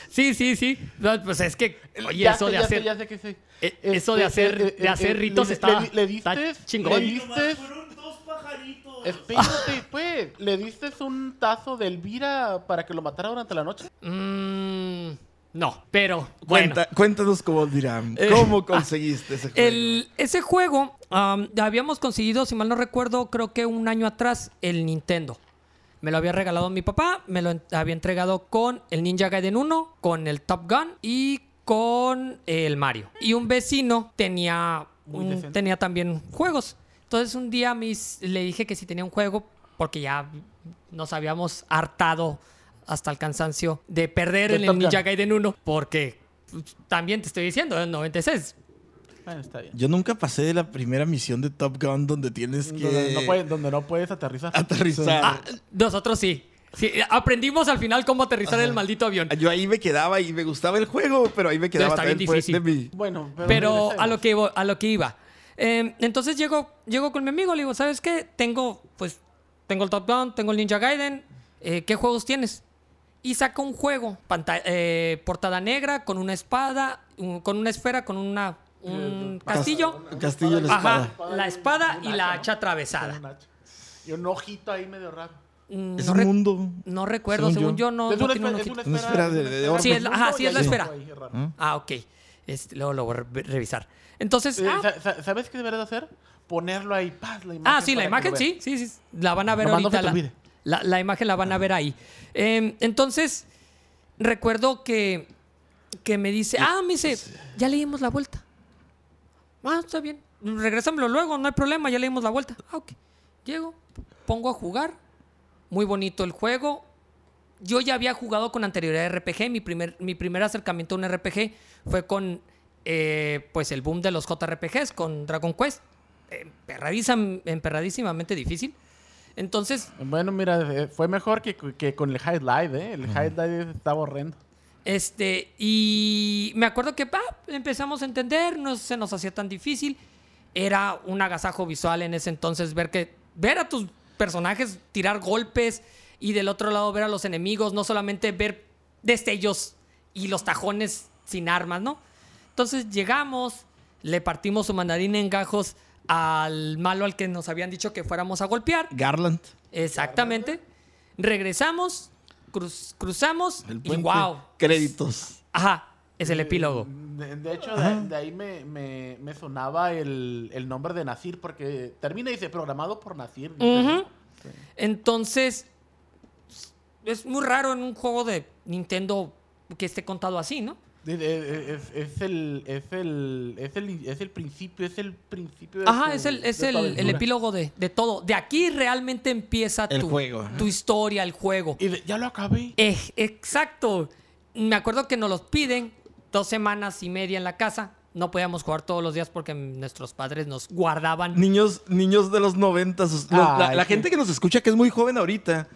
[SPEAKER 1] Sí, sí, sí. No, Pues es que, oye,
[SPEAKER 3] Ya
[SPEAKER 1] eso
[SPEAKER 3] sé,
[SPEAKER 1] de
[SPEAKER 3] ya
[SPEAKER 1] hacer.
[SPEAKER 3] sé, ya sé que sí.
[SPEAKER 1] Eh, eso de hacer- de hacer ritos
[SPEAKER 3] le-
[SPEAKER 1] estaba-
[SPEAKER 3] le- Le, diste,
[SPEAKER 1] está chingón.
[SPEAKER 3] le diste,
[SPEAKER 4] Fueron dos pajaritos.
[SPEAKER 3] espérate, pues, le diste un tazo de Elvira para que lo matara durante la noche.
[SPEAKER 1] Mm, no, pero. Bueno.
[SPEAKER 2] Cuenta- Cuéntanos cómo dirán.
[SPEAKER 1] Eh,
[SPEAKER 2] ¿Cómo conseguiste ese juego?
[SPEAKER 1] El, ese juego am, habíamos conseguido, si mal no recuerdo, creo que un año atrás, el Nintendo. Me lo había regalado mi papá, me lo en- había entregado con el Ninja Gaiden 1, con el Top Gun y con el Mario. Y un vecino tenía,
[SPEAKER 3] Muy
[SPEAKER 1] un-
[SPEAKER 3] decente.
[SPEAKER 1] tenía también juegos. Entonces un día mis, le dije que si tenía un juego, porque ya nos habíamos hartado hasta el cansancio de perder
[SPEAKER 3] De
[SPEAKER 1] en
[SPEAKER 3] Top
[SPEAKER 1] el
[SPEAKER 3] Gun.
[SPEAKER 1] Ninja Gaiden 1, porque pues, también te estoy diciendo, ¿eh? el 96.
[SPEAKER 3] Bueno, está bien.
[SPEAKER 2] Yo nunca pasé de la primera misión de Top Gun donde tienes que
[SPEAKER 3] Donde no, puedes, donde no puedes aterrizar.
[SPEAKER 2] aterrizar.
[SPEAKER 1] Ah, nosotros sí. Sí, aprendimos al final cómo aterrizar el maldito avión.
[SPEAKER 2] Yo ahí me quedaba y me gustaba el juego, pero ahí me quedaba
[SPEAKER 1] Está bien
[SPEAKER 2] también, pues,
[SPEAKER 1] difícil.
[SPEAKER 2] de mi-
[SPEAKER 3] Bueno, pero.
[SPEAKER 1] Pero
[SPEAKER 3] regresemos.
[SPEAKER 1] a lo que iba, a lo que iba. Eh, entonces llego, llego con mi amigo, le digo, ¿sabes qué? Tengo, pues, tengo el Top Gun, tengo el Ninja Gaiden, eh, ¿qué juegos tienes? Y saca un juego, panta- eh, portada negra, con una espada, un- con una esfera, con una, un
[SPEAKER 2] Cas-
[SPEAKER 1] castillo.
[SPEAKER 2] Castillo y la espada.
[SPEAKER 1] Ajá, la espada y la hacha
[SPEAKER 3] Un
[SPEAKER 1] atravesada.
[SPEAKER 3] hacha. Y un ojito ahí medio raro.
[SPEAKER 1] Mm,
[SPEAKER 2] Es
[SPEAKER 1] no
[SPEAKER 2] un
[SPEAKER 1] re-
[SPEAKER 2] mundo.
[SPEAKER 1] No recuerdo, según
[SPEAKER 2] Según yo.
[SPEAKER 1] yo, no,
[SPEAKER 3] es,
[SPEAKER 1] no
[SPEAKER 3] una
[SPEAKER 1] tiene un
[SPEAKER 3] esfera- es
[SPEAKER 1] ojito.
[SPEAKER 2] Una esfera de- de ¿Mm? orbe.
[SPEAKER 1] Sí, es la- ajá,
[SPEAKER 3] mundo
[SPEAKER 1] sí,
[SPEAKER 3] y
[SPEAKER 1] es la
[SPEAKER 3] hay
[SPEAKER 1] esfera.
[SPEAKER 3] algo ahí raro.
[SPEAKER 1] Ah, ok. Este, luego lo voy a re- revisar. Entonces,
[SPEAKER 3] Eh,
[SPEAKER 1] ah,
[SPEAKER 3] sa- sa- ¿Sabes qué deberías hacer? Ponerlo ahí, paz, la imagen.
[SPEAKER 1] Ah, sí, la
[SPEAKER 3] para que lo
[SPEAKER 1] imagen, sí,
[SPEAKER 3] veas.
[SPEAKER 1] sí, sí. La van a ver
[SPEAKER 3] Nomás no
[SPEAKER 1] ahorita.
[SPEAKER 3] se te
[SPEAKER 1] la,
[SPEAKER 3] olvide.
[SPEAKER 1] la- la imagen la van a ver ahí. Eh, entonces, recuerdo que, que me dice, ah, me dice, ya le dimos la vuelta. Ah, está bien. Regrésamelo luego, no hay problema, ya le dimos la vuelta. Ah, ok. Llego, pongo a jugar. Muy bonito el juego. Yo ya había jugado con anterioridad de RPG. Mi primer, mi primer acercamiento a un RPG fue con eh, pues el boom de los JRPGs, con Dragon Quest. Emperradiza- emperradísimamente difícil. Entonces,
[SPEAKER 3] Bueno, mira, eh, fue mejor que, que con el highlight, ¿eh? El highlight estaba horrendo.
[SPEAKER 1] Este, y me acuerdo que pa, empezamos a entender, no se nos hacía tan difícil. Era un agasajo visual en ese entonces ver que ver a tus personajes tirar golpes y del otro lado ver a los enemigos, no solamente ver destellos y los tajones sin armas, ¿no? Entonces llegamos, le partimos su mandarín en gajos al malo al que nos habían dicho que fuéramos a golpear.
[SPEAKER 2] Garland.
[SPEAKER 1] Exactamente. Regresamos, cruz- cruzamos
[SPEAKER 2] El
[SPEAKER 1] y
[SPEAKER 2] puente.
[SPEAKER 1] wow.
[SPEAKER 2] Créditos.
[SPEAKER 1] Ajá, es el epílogo.
[SPEAKER 3] De, de hecho, de, de ahí me, me- me sonaba el, el nombre de Nasir, porque termina y dice programado por Nasir.
[SPEAKER 1] Ujú. Entonces, es muy raro en un juego de Nintendo que esté contado así, ¿no?
[SPEAKER 3] De- de- Es, es el, es, el, es, el, es el principio, es el principio. de tu-
[SPEAKER 1] Ajá, es el,
[SPEAKER 3] de
[SPEAKER 1] es
[SPEAKER 3] tu
[SPEAKER 1] el, el
[SPEAKER 3] aventura.
[SPEAKER 1] epílogo de, de todo. De aquí realmente empieza
[SPEAKER 2] El
[SPEAKER 1] tu,
[SPEAKER 2] juego, ajá.
[SPEAKER 1] tu historia, el juego.
[SPEAKER 3] Y de- ya lo acabé.
[SPEAKER 1] Ej- exacto. Me acuerdo que nos los piden dos semanas y media en la casa. No podíamos jugar todos los días porque nuestros padres nos guardaban.
[SPEAKER 2] Niños, niños de los noventas. los- La,
[SPEAKER 3] Ay,
[SPEAKER 2] la
[SPEAKER 3] sí.
[SPEAKER 2] gente que nos escucha que es muy joven ahorita.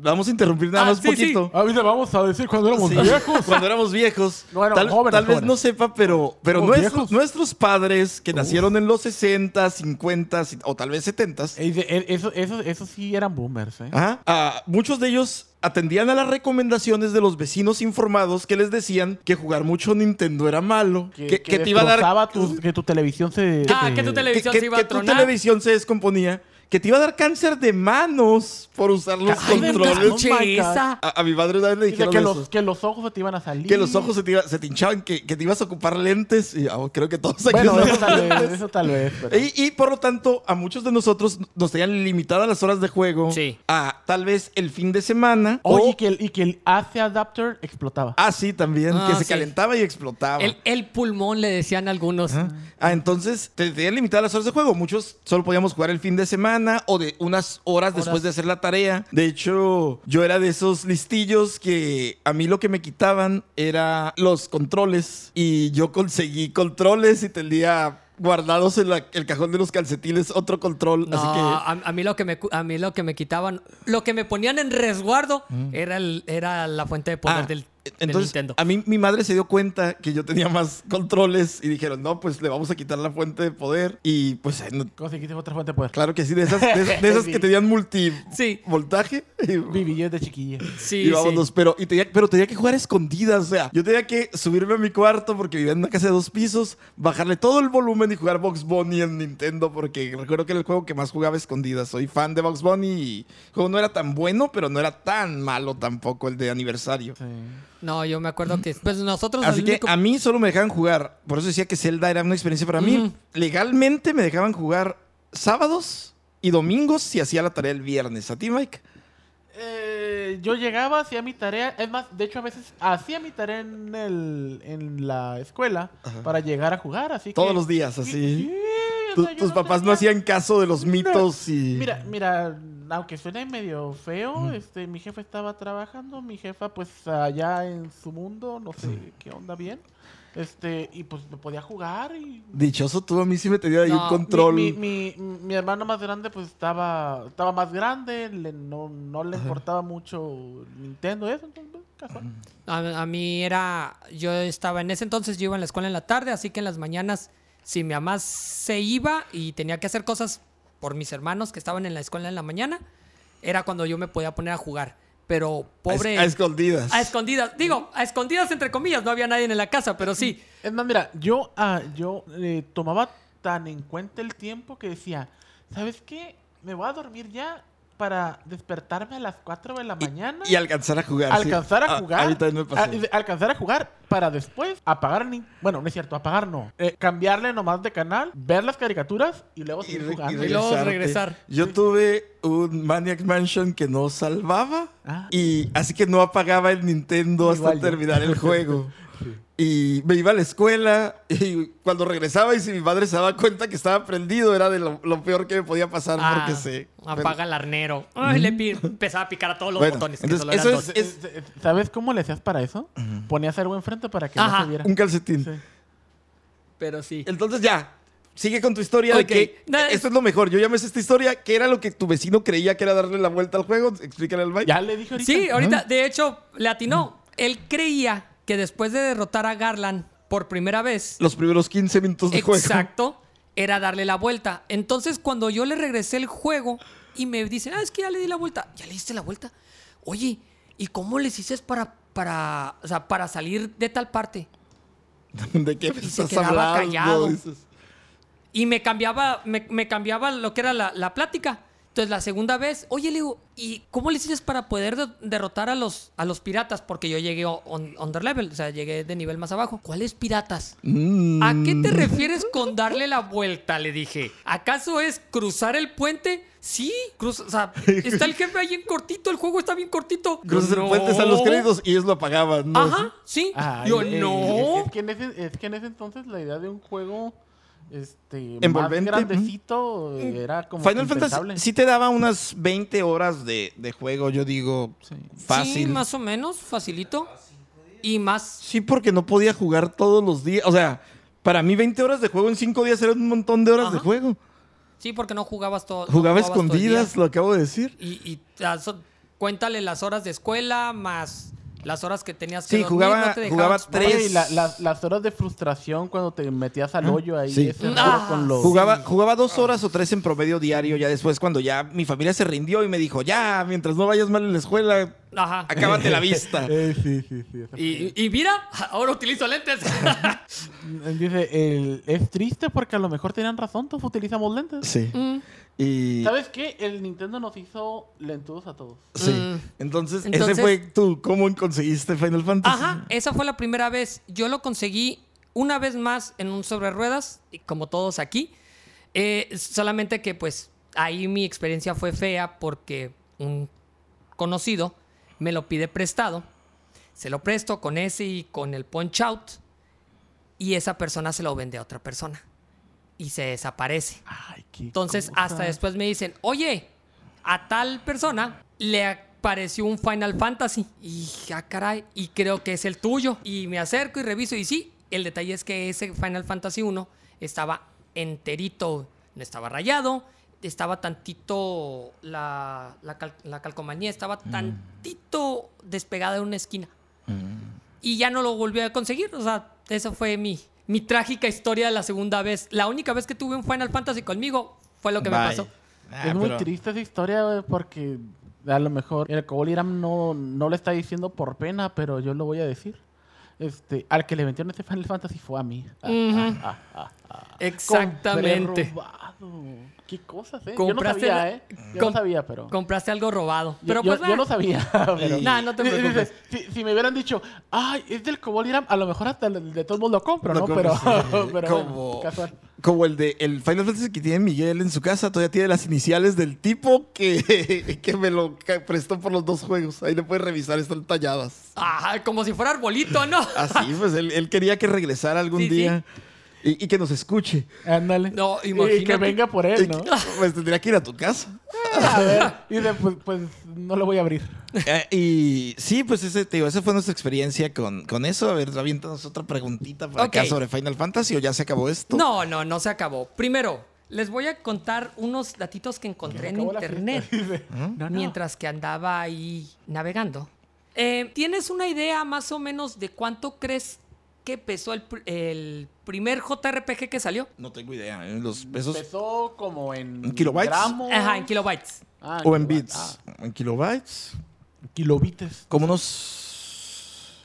[SPEAKER 2] Vamos a interrumpir nada
[SPEAKER 1] Ah,
[SPEAKER 2] más
[SPEAKER 1] sí,
[SPEAKER 2] poquito.
[SPEAKER 3] A vamos a decir cuando éramos
[SPEAKER 2] Sí, Cuando éramos viejos.
[SPEAKER 3] No, éramos
[SPEAKER 2] tal
[SPEAKER 3] jóvenes,
[SPEAKER 2] tal vez
[SPEAKER 3] jóvenes.
[SPEAKER 2] no sepa, pero, pero
[SPEAKER 3] Éramos
[SPEAKER 2] nuestros-
[SPEAKER 3] viejos.
[SPEAKER 2] nuestros padres que nacieron en los 60, 50 o tal vez 70
[SPEAKER 3] Eh, dice, eh, Eso, eso, eso sí eran boomers, ¿eh?
[SPEAKER 2] Ajá. Ah, muchos de ellos atendían a las recomendaciones de los vecinos informados que les decían que jugar mucho Nintendo era malo, que, que te iba a
[SPEAKER 3] destrozaba
[SPEAKER 2] dar
[SPEAKER 3] tus- que tu televisión se.
[SPEAKER 1] Ah,
[SPEAKER 3] se-
[SPEAKER 1] que tu
[SPEAKER 2] que-
[SPEAKER 1] televisión
[SPEAKER 2] que-
[SPEAKER 1] se iba
[SPEAKER 2] que
[SPEAKER 1] a
[SPEAKER 2] tu
[SPEAKER 1] tronar.
[SPEAKER 2] televisión se descomponía, que te iba a dar cáncer de manos por usar los
[SPEAKER 3] Ay, nunca
[SPEAKER 1] Oh
[SPEAKER 2] controles.
[SPEAKER 3] escuché.
[SPEAKER 1] esa.
[SPEAKER 2] A, a mi madre una vez le
[SPEAKER 3] Dice
[SPEAKER 2] dijeron
[SPEAKER 3] que
[SPEAKER 2] eso.
[SPEAKER 3] los, que los ojos se te iban a salir.
[SPEAKER 2] Que los ojos se te, iba- se te hinchaban, que, que te ibas a ocupar lentes. Y ah, creo que todos aquí
[SPEAKER 3] Bueno,
[SPEAKER 2] usamos
[SPEAKER 3] eso tal
[SPEAKER 2] lentes.
[SPEAKER 3] vez, eso tal vez. pero-
[SPEAKER 2] Y, y, por lo tanto, a muchos de nosotros nos tenían limitadas las horas de juego
[SPEAKER 1] Sí.
[SPEAKER 2] a tal vez el fin de semana
[SPEAKER 3] Oye,
[SPEAKER 2] o
[SPEAKER 3] y que el, y que el AC adapter explotaba.
[SPEAKER 2] oh. Ah, sí, también,
[SPEAKER 1] Ah,
[SPEAKER 2] que se
[SPEAKER 1] sí.
[SPEAKER 2] calentaba y explotaba.
[SPEAKER 1] El, el pulmón le decían algunos.
[SPEAKER 2] Ah, entonces te tenían limitadas las horas de juego. Muchos solo podíamos jugar el fin de semana o de unas horas, después de hacer la tarea. De hecho, yo era de esos listillos que a mí lo que me quitaban era los controles. Y yo conseguí controles y tenía guardados en la- el cajón de los calcetines otro control.
[SPEAKER 1] No,
[SPEAKER 2] así que... ah,
[SPEAKER 1] a, a mí lo que me cu- a mí lo que me quitaban, lo que me ponían en resguardo era el- era la fuente de poder
[SPEAKER 2] Mm. Ah,
[SPEAKER 1] del, del
[SPEAKER 2] Entonces, ah,
[SPEAKER 1] Nintendo.
[SPEAKER 2] a mí mi madre se dio cuenta que yo tenía más controles y dijeron, no, pues le vamos a quitar la fuente de poder y pues ahí no-
[SPEAKER 3] Conseguiste otra fuente de poder.
[SPEAKER 2] Claro que sí, de esas, de, esas- de esas que tenían
[SPEAKER 1] Sí.
[SPEAKER 2] multivoltaje. Y,
[SPEAKER 3] Viví yo de chiquilla.
[SPEAKER 1] sí,
[SPEAKER 2] y vámonos, pero, y tenía, pero tenía que jugar escondidas. O sea, yo tenía que subirme a mi cuarto porque vivía en una casa de dos pisos, bajarle todo el volumen y jugar Box Bunny en Nintendo porque recuerdo que era el juego que más jugaba escondidas. Soy fan de Box Bunny y el juego no era tan bueno, pero no era tan malo tampoco el de aniversario.
[SPEAKER 3] Sí.
[SPEAKER 1] sí. No, yo me acuerdo que pues nosotros
[SPEAKER 2] Así
[SPEAKER 1] el
[SPEAKER 2] que
[SPEAKER 1] único-
[SPEAKER 2] a mí solo me dejaban jugar. Por eso decía que Zelda era una experiencia para mí.
[SPEAKER 1] Ujú.
[SPEAKER 2] Legalmente me dejaban jugar sábados y domingos si hacía la tarea el viernes. ¿A ti, Mike?
[SPEAKER 3] Eh, yo llegaba, hacía mi tarea. Es más, de hecho, a veces hacía mi tarea en, el, en la escuela para llegar a jugar. Así
[SPEAKER 2] Todos
[SPEAKER 3] que-
[SPEAKER 2] los días,
[SPEAKER 3] Sí,
[SPEAKER 2] así.
[SPEAKER 3] o
[SPEAKER 2] Tu-
[SPEAKER 3] sea, yo
[SPEAKER 2] tus papás no
[SPEAKER 3] tenía-
[SPEAKER 2] hacían caso de los mitos y...
[SPEAKER 3] Mira, mira, aunque suene medio feo, este, mi jefe estaba trabajando, mi jefa pues allá en su mundo, no sé qué onda bien. Este, y pues me podía jugar y
[SPEAKER 2] Dichoso tú, a mí sí me tenía ahí
[SPEAKER 1] No,
[SPEAKER 2] un
[SPEAKER 1] mi-
[SPEAKER 2] control.
[SPEAKER 3] mi, mi- mi- mi hermano más grande pues estaba estaba más grande, le- no, no le importaba mucho Nintendo eso, entonces, pues, casual.
[SPEAKER 1] A, a mí era, yo estaba en ese entonces, yo iba a la escuela en la tarde, así que en las mañanas, si mi mamá se iba y tenía que hacer cosas por mis hermanos que estaban en la escuela en la mañana, era cuando yo me podía poner a jugar. Pero
[SPEAKER 2] a es-
[SPEAKER 1] pobre...
[SPEAKER 2] A, escondidas.
[SPEAKER 1] a escondidas, digo, a escondidas entre comillas, no había nadie en la casa, pero sí.
[SPEAKER 3] Es más, mira, yo, ah, yo eh, tomaba tan en cuenta el tiempo que decía, ¿sabes qué? Me voy a dormir ya para despertarme a las 4 de la mañana.
[SPEAKER 2] y alcanzar a jugar. sí.
[SPEAKER 3] Alcanzar a jugar.
[SPEAKER 2] A, mí también me pasó.
[SPEAKER 3] Ah, dice, alcanzar a jugar para después apagar. ni- Bueno, no es cierto, apagar no. Eh, cambiarle nomás de canal, ver las caricaturas y luego
[SPEAKER 2] y,
[SPEAKER 3] seguir
[SPEAKER 2] re-
[SPEAKER 3] jugando.
[SPEAKER 1] y luego
[SPEAKER 2] regresarte.
[SPEAKER 1] regresar.
[SPEAKER 2] Yo tuve un Maniac Mansion que no salvaba.
[SPEAKER 3] Ah.
[SPEAKER 2] Y así que no apagaba el Nintendo hasta
[SPEAKER 3] Igual yo.
[SPEAKER 2] terminar el juego. Y me iba a la escuela y cuando regresaba y si mi padre se daba cuenta que estaba prendido era de lo, lo peor que me podía pasar
[SPEAKER 1] Ah,
[SPEAKER 2] porque sé.
[SPEAKER 1] apaga el arnero. Ay, le pi- empezaba a picar a todos los
[SPEAKER 2] Bueno,
[SPEAKER 1] botones. que
[SPEAKER 2] entonces,
[SPEAKER 1] solo eran
[SPEAKER 2] eso
[SPEAKER 1] dos.
[SPEAKER 2] es-
[SPEAKER 3] Es- es- eh, ¿Sabes cómo le hacías para eso? Ponías algo enfrente para que no
[SPEAKER 1] Ajá.
[SPEAKER 3] se viera.
[SPEAKER 2] Un calcetín.
[SPEAKER 3] Sí.
[SPEAKER 1] Pero sí.
[SPEAKER 2] Entonces ya, sigue con tu historia
[SPEAKER 1] Ok.
[SPEAKER 2] de que e-,
[SPEAKER 1] No, es-
[SPEAKER 2] esto es lo mejor. Yo ya me sé esta historia, que era lo que tu vecino creía que era darle la vuelta al juego. Explícale al Mike.
[SPEAKER 3] Ya le dije ahorita.
[SPEAKER 1] Sí, ahorita, de hecho, le atinó. Él creía que después de derrotar a Garland por primera vez,
[SPEAKER 2] Los primeros 15 minutos de juego.
[SPEAKER 1] exacto, era darle la vuelta. Entonces, cuando yo le regresé el juego y me dicen, ah, es que ya le di la vuelta, ya le diste la vuelta. Oye, ¿y cómo les hiciste para, para, o sea, para salir de tal parte?
[SPEAKER 2] ¿De qué
[SPEAKER 1] se
[SPEAKER 2] estás
[SPEAKER 1] quedaba
[SPEAKER 2] hablando?
[SPEAKER 1] callado.
[SPEAKER 2] Dices,
[SPEAKER 1] Y me cambiaba, me, me cambiaba lo que era la, la plática. Entonces la segunda vez, oye, le digo, ¿y cómo le hiciste para poder de- derrotar a los, a los piratas? Porque yo llegué o- on, underlevel, o sea, llegué de nivel más abajo. ¿Cuáles piratas?
[SPEAKER 2] "Mm,
[SPEAKER 1] ¿A qué te refieres con darle la vuelta? Le dije. ¿Acaso es cruzar el puente? Sí, cruza, o sea, está el jefe ahí en cortito, el juego está bien cortito.
[SPEAKER 2] Cruzas el
[SPEAKER 1] No.
[SPEAKER 2] puente, están los créditos y ellos lo apagaban. ¿no?
[SPEAKER 1] Ajá, sí.
[SPEAKER 3] Ay,
[SPEAKER 1] yo,
[SPEAKER 3] eh,
[SPEAKER 1] no.
[SPEAKER 3] Es, es que en ese, es que en ese entonces la idea de un juego este,
[SPEAKER 2] Envolvente,
[SPEAKER 3] más grandecito eh, era como
[SPEAKER 2] Final
[SPEAKER 3] que impensable.
[SPEAKER 2] Fantasy sí te daba unas 20 horas de, de juego, yo digo,
[SPEAKER 3] Sí.
[SPEAKER 2] fácil.
[SPEAKER 1] Sí, más o menos, facilito. Y más
[SPEAKER 2] Sí, porque no podía jugar todos los días. O sea, para mí 20 horas de juego en 5 días eran un montón de horas
[SPEAKER 1] Ajá.
[SPEAKER 2] de juego.
[SPEAKER 1] Sí, porque no jugabas todo. no
[SPEAKER 2] Jugaba
[SPEAKER 1] jugabas todo el
[SPEAKER 2] escondidas,
[SPEAKER 1] día.
[SPEAKER 2] lo acabo de decir.
[SPEAKER 1] Y, y ah, so- cuéntale las horas de escuela más las horas que tenías que
[SPEAKER 2] Sí,
[SPEAKER 1] dormir,
[SPEAKER 2] jugaba-
[SPEAKER 1] no te dejaban-
[SPEAKER 2] jugaba
[SPEAKER 3] Oye,
[SPEAKER 2] tres.
[SPEAKER 3] y la- la- las horas de frustración cuando te metías al hoyo ahí
[SPEAKER 2] sí.
[SPEAKER 3] ese
[SPEAKER 1] Ah,
[SPEAKER 3] juego con los
[SPEAKER 2] Jugaba, jugaba dos horas o tres en promedio diario. Ya después, cuando ya mi familia se rindió y me dijo, ya, mientras no vayas mal en la escuela,
[SPEAKER 1] Ajá.
[SPEAKER 2] acábate la vista.
[SPEAKER 3] Eh, sí, sí, sí. ese
[SPEAKER 1] Y, y mira, ahora utilizo lentes.
[SPEAKER 3] fue- Dice, el- es triste porque a lo mejor tenían razón, todos utilizamos lentes.
[SPEAKER 2] Sí.
[SPEAKER 1] Mm,
[SPEAKER 2] Y.
[SPEAKER 3] ¿Sabes qué? El Nintendo nos hizo lentudos a todos.
[SPEAKER 2] Sí.
[SPEAKER 1] Mm.
[SPEAKER 2] Entonces,
[SPEAKER 1] Entonces-
[SPEAKER 2] ese fue tu cómo conseguiste Final Fantasy.
[SPEAKER 1] Ajá, esa fue la primera vez. Yo lo conseguí una vez más en un sobre ruedas, y como todos aquí. Eh, solamente que pues ahí mi experiencia fue fea porque un conocido me lo pide prestado. Se lo presto con ese y con el punch out. Y esa persona se lo vende a otra persona. Y se desaparece.
[SPEAKER 3] Ay, qué
[SPEAKER 1] Entonces,
[SPEAKER 3] cosa.
[SPEAKER 1] hasta después me dicen, oye, a tal persona le apareció un Final Fantasy. Y ah, caray, y creo que es el tuyo. Y me acerco y reviso, y sí, el detalle es que ese Final Fantasy 1 estaba enterito, no estaba rayado, estaba tantito, la, la, cal- la calcomanía estaba tantito despegada de una esquina. Y ya no lo volví a conseguir. O sea, esa fue mi, mi trágica historia de la segunda vez. La única vez que tuve un Final Fantasy conmigo fue lo que me
[SPEAKER 2] Bye.
[SPEAKER 1] pasó.
[SPEAKER 2] Ah,
[SPEAKER 3] es muy
[SPEAKER 2] pero-
[SPEAKER 3] triste esa historia, güey, porque a lo mejor el Cobol Iram no, no le está diciendo por pena, pero yo lo voy a decir. Este, al que le metieron este Final Fantasy fue a mí. Ah,
[SPEAKER 1] Ujú.
[SPEAKER 3] ah, ah, ah, ah.
[SPEAKER 1] Mm, Exactamente.
[SPEAKER 3] Compré robado. Qué cosas, eh.
[SPEAKER 1] Compraste
[SPEAKER 3] yo no
[SPEAKER 1] la-
[SPEAKER 3] sabía, eh. Yo
[SPEAKER 1] com-
[SPEAKER 3] no sabía, pero.
[SPEAKER 1] Compraste algo robado.
[SPEAKER 3] Yo-
[SPEAKER 1] Pero
[SPEAKER 3] yo,
[SPEAKER 1] pues,
[SPEAKER 3] yo
[SPEAKER 1] eh,
[SPEAKER 3] no sabía. pero-
[SPEAKER 1] Nah, no te
[SPEAKER 3] Dice- dice,
[SPEAKER 1] preocupes.
[SPEAKER 3] si, si me hubieran dicho, ay, es del Cobol Iram, a lo mejor hasta el- de todos modos lo compro,
[SPEAKER 2] Lo
[SPEAKER 3] ¿no?
[SPEAKER 2] compro,
[SPEAKER 3] pero
[SPEAKER 2] sí.
[SPEAKER 3] pero
[SPEAKER 2] Como-
[SPEAKER 3] bueno, casual.
[SPEAKER 2] Como el de el Final Fantasy que tiene Miguel en su casa, todavía tiene las iniciales del tipo que, que me lo ca- prestó por los dos juegos. Ahí le puedes revisar, están talladas.
[SPEAKER 1] ah, como si fuera arbolito, ¿no?
[SPEAKER 2] Así, pues él, él quería que regresara algún
[SPEAKER 1] Sí, sí.
[SPEAKER 2] día. y, y que nos escuche.
[SPEAKER 3] Ándale.
[SPEAKER 1] No,
[SPEAKER 3] Y que
[SPEAKER 1] imagínate.
[SPEAKER 3] venga por
[SPEAKER 2] Y-
[SPEAKER 3] él, ¿no?
[SPEAKER 2] Pues tendría que ir a tu casa.
[SPEAKER 3] A ver. Y después, pues, no lo voy a abrir.
[SPEAKER 2] Eh, y sí, pues ese, te digo, esa fue nuestra experiencia con, con eso. A ver, aviéntanos otra preguntita para acá
[SPEAKER 1] Ok.
[SPEAKER 2] sobre Final Fantasy o ya se acabó esto.
[SPEAKER 1] No, no, no se acabó. Primero, les voy a contar unos datitos que encontré en
[SPEAKER 3] Acabó la
[SPEAKER 1] internet
[SPEAKER 3] fiesta, dice. No, no.
[SPEAKER 1] mientras que andaba ahí navegando. Eh, ¿Tienes una idea más o menos de cuánto crees que pesó el, pr- el primer JRPG que salió?
[SPEAKER 2] No tengo idea. ¿eh? Los pesos
[SPEAKER 3] Empezó como en
[SPEAKER 2] ¿En kilobytes?
[SPEAKER 3] gramos.
[SPEAKER 1] Ajá, en kilobytes.
[SPEAKER 3] Ah,
[SPEAKER 2] o en
[SPEAKER 3] kilobytes.
[SPEAKER 2] bits. En kilobytes.
[SPEAKER 3] Ah, kilobites.
[SPEAKER 2] Como unos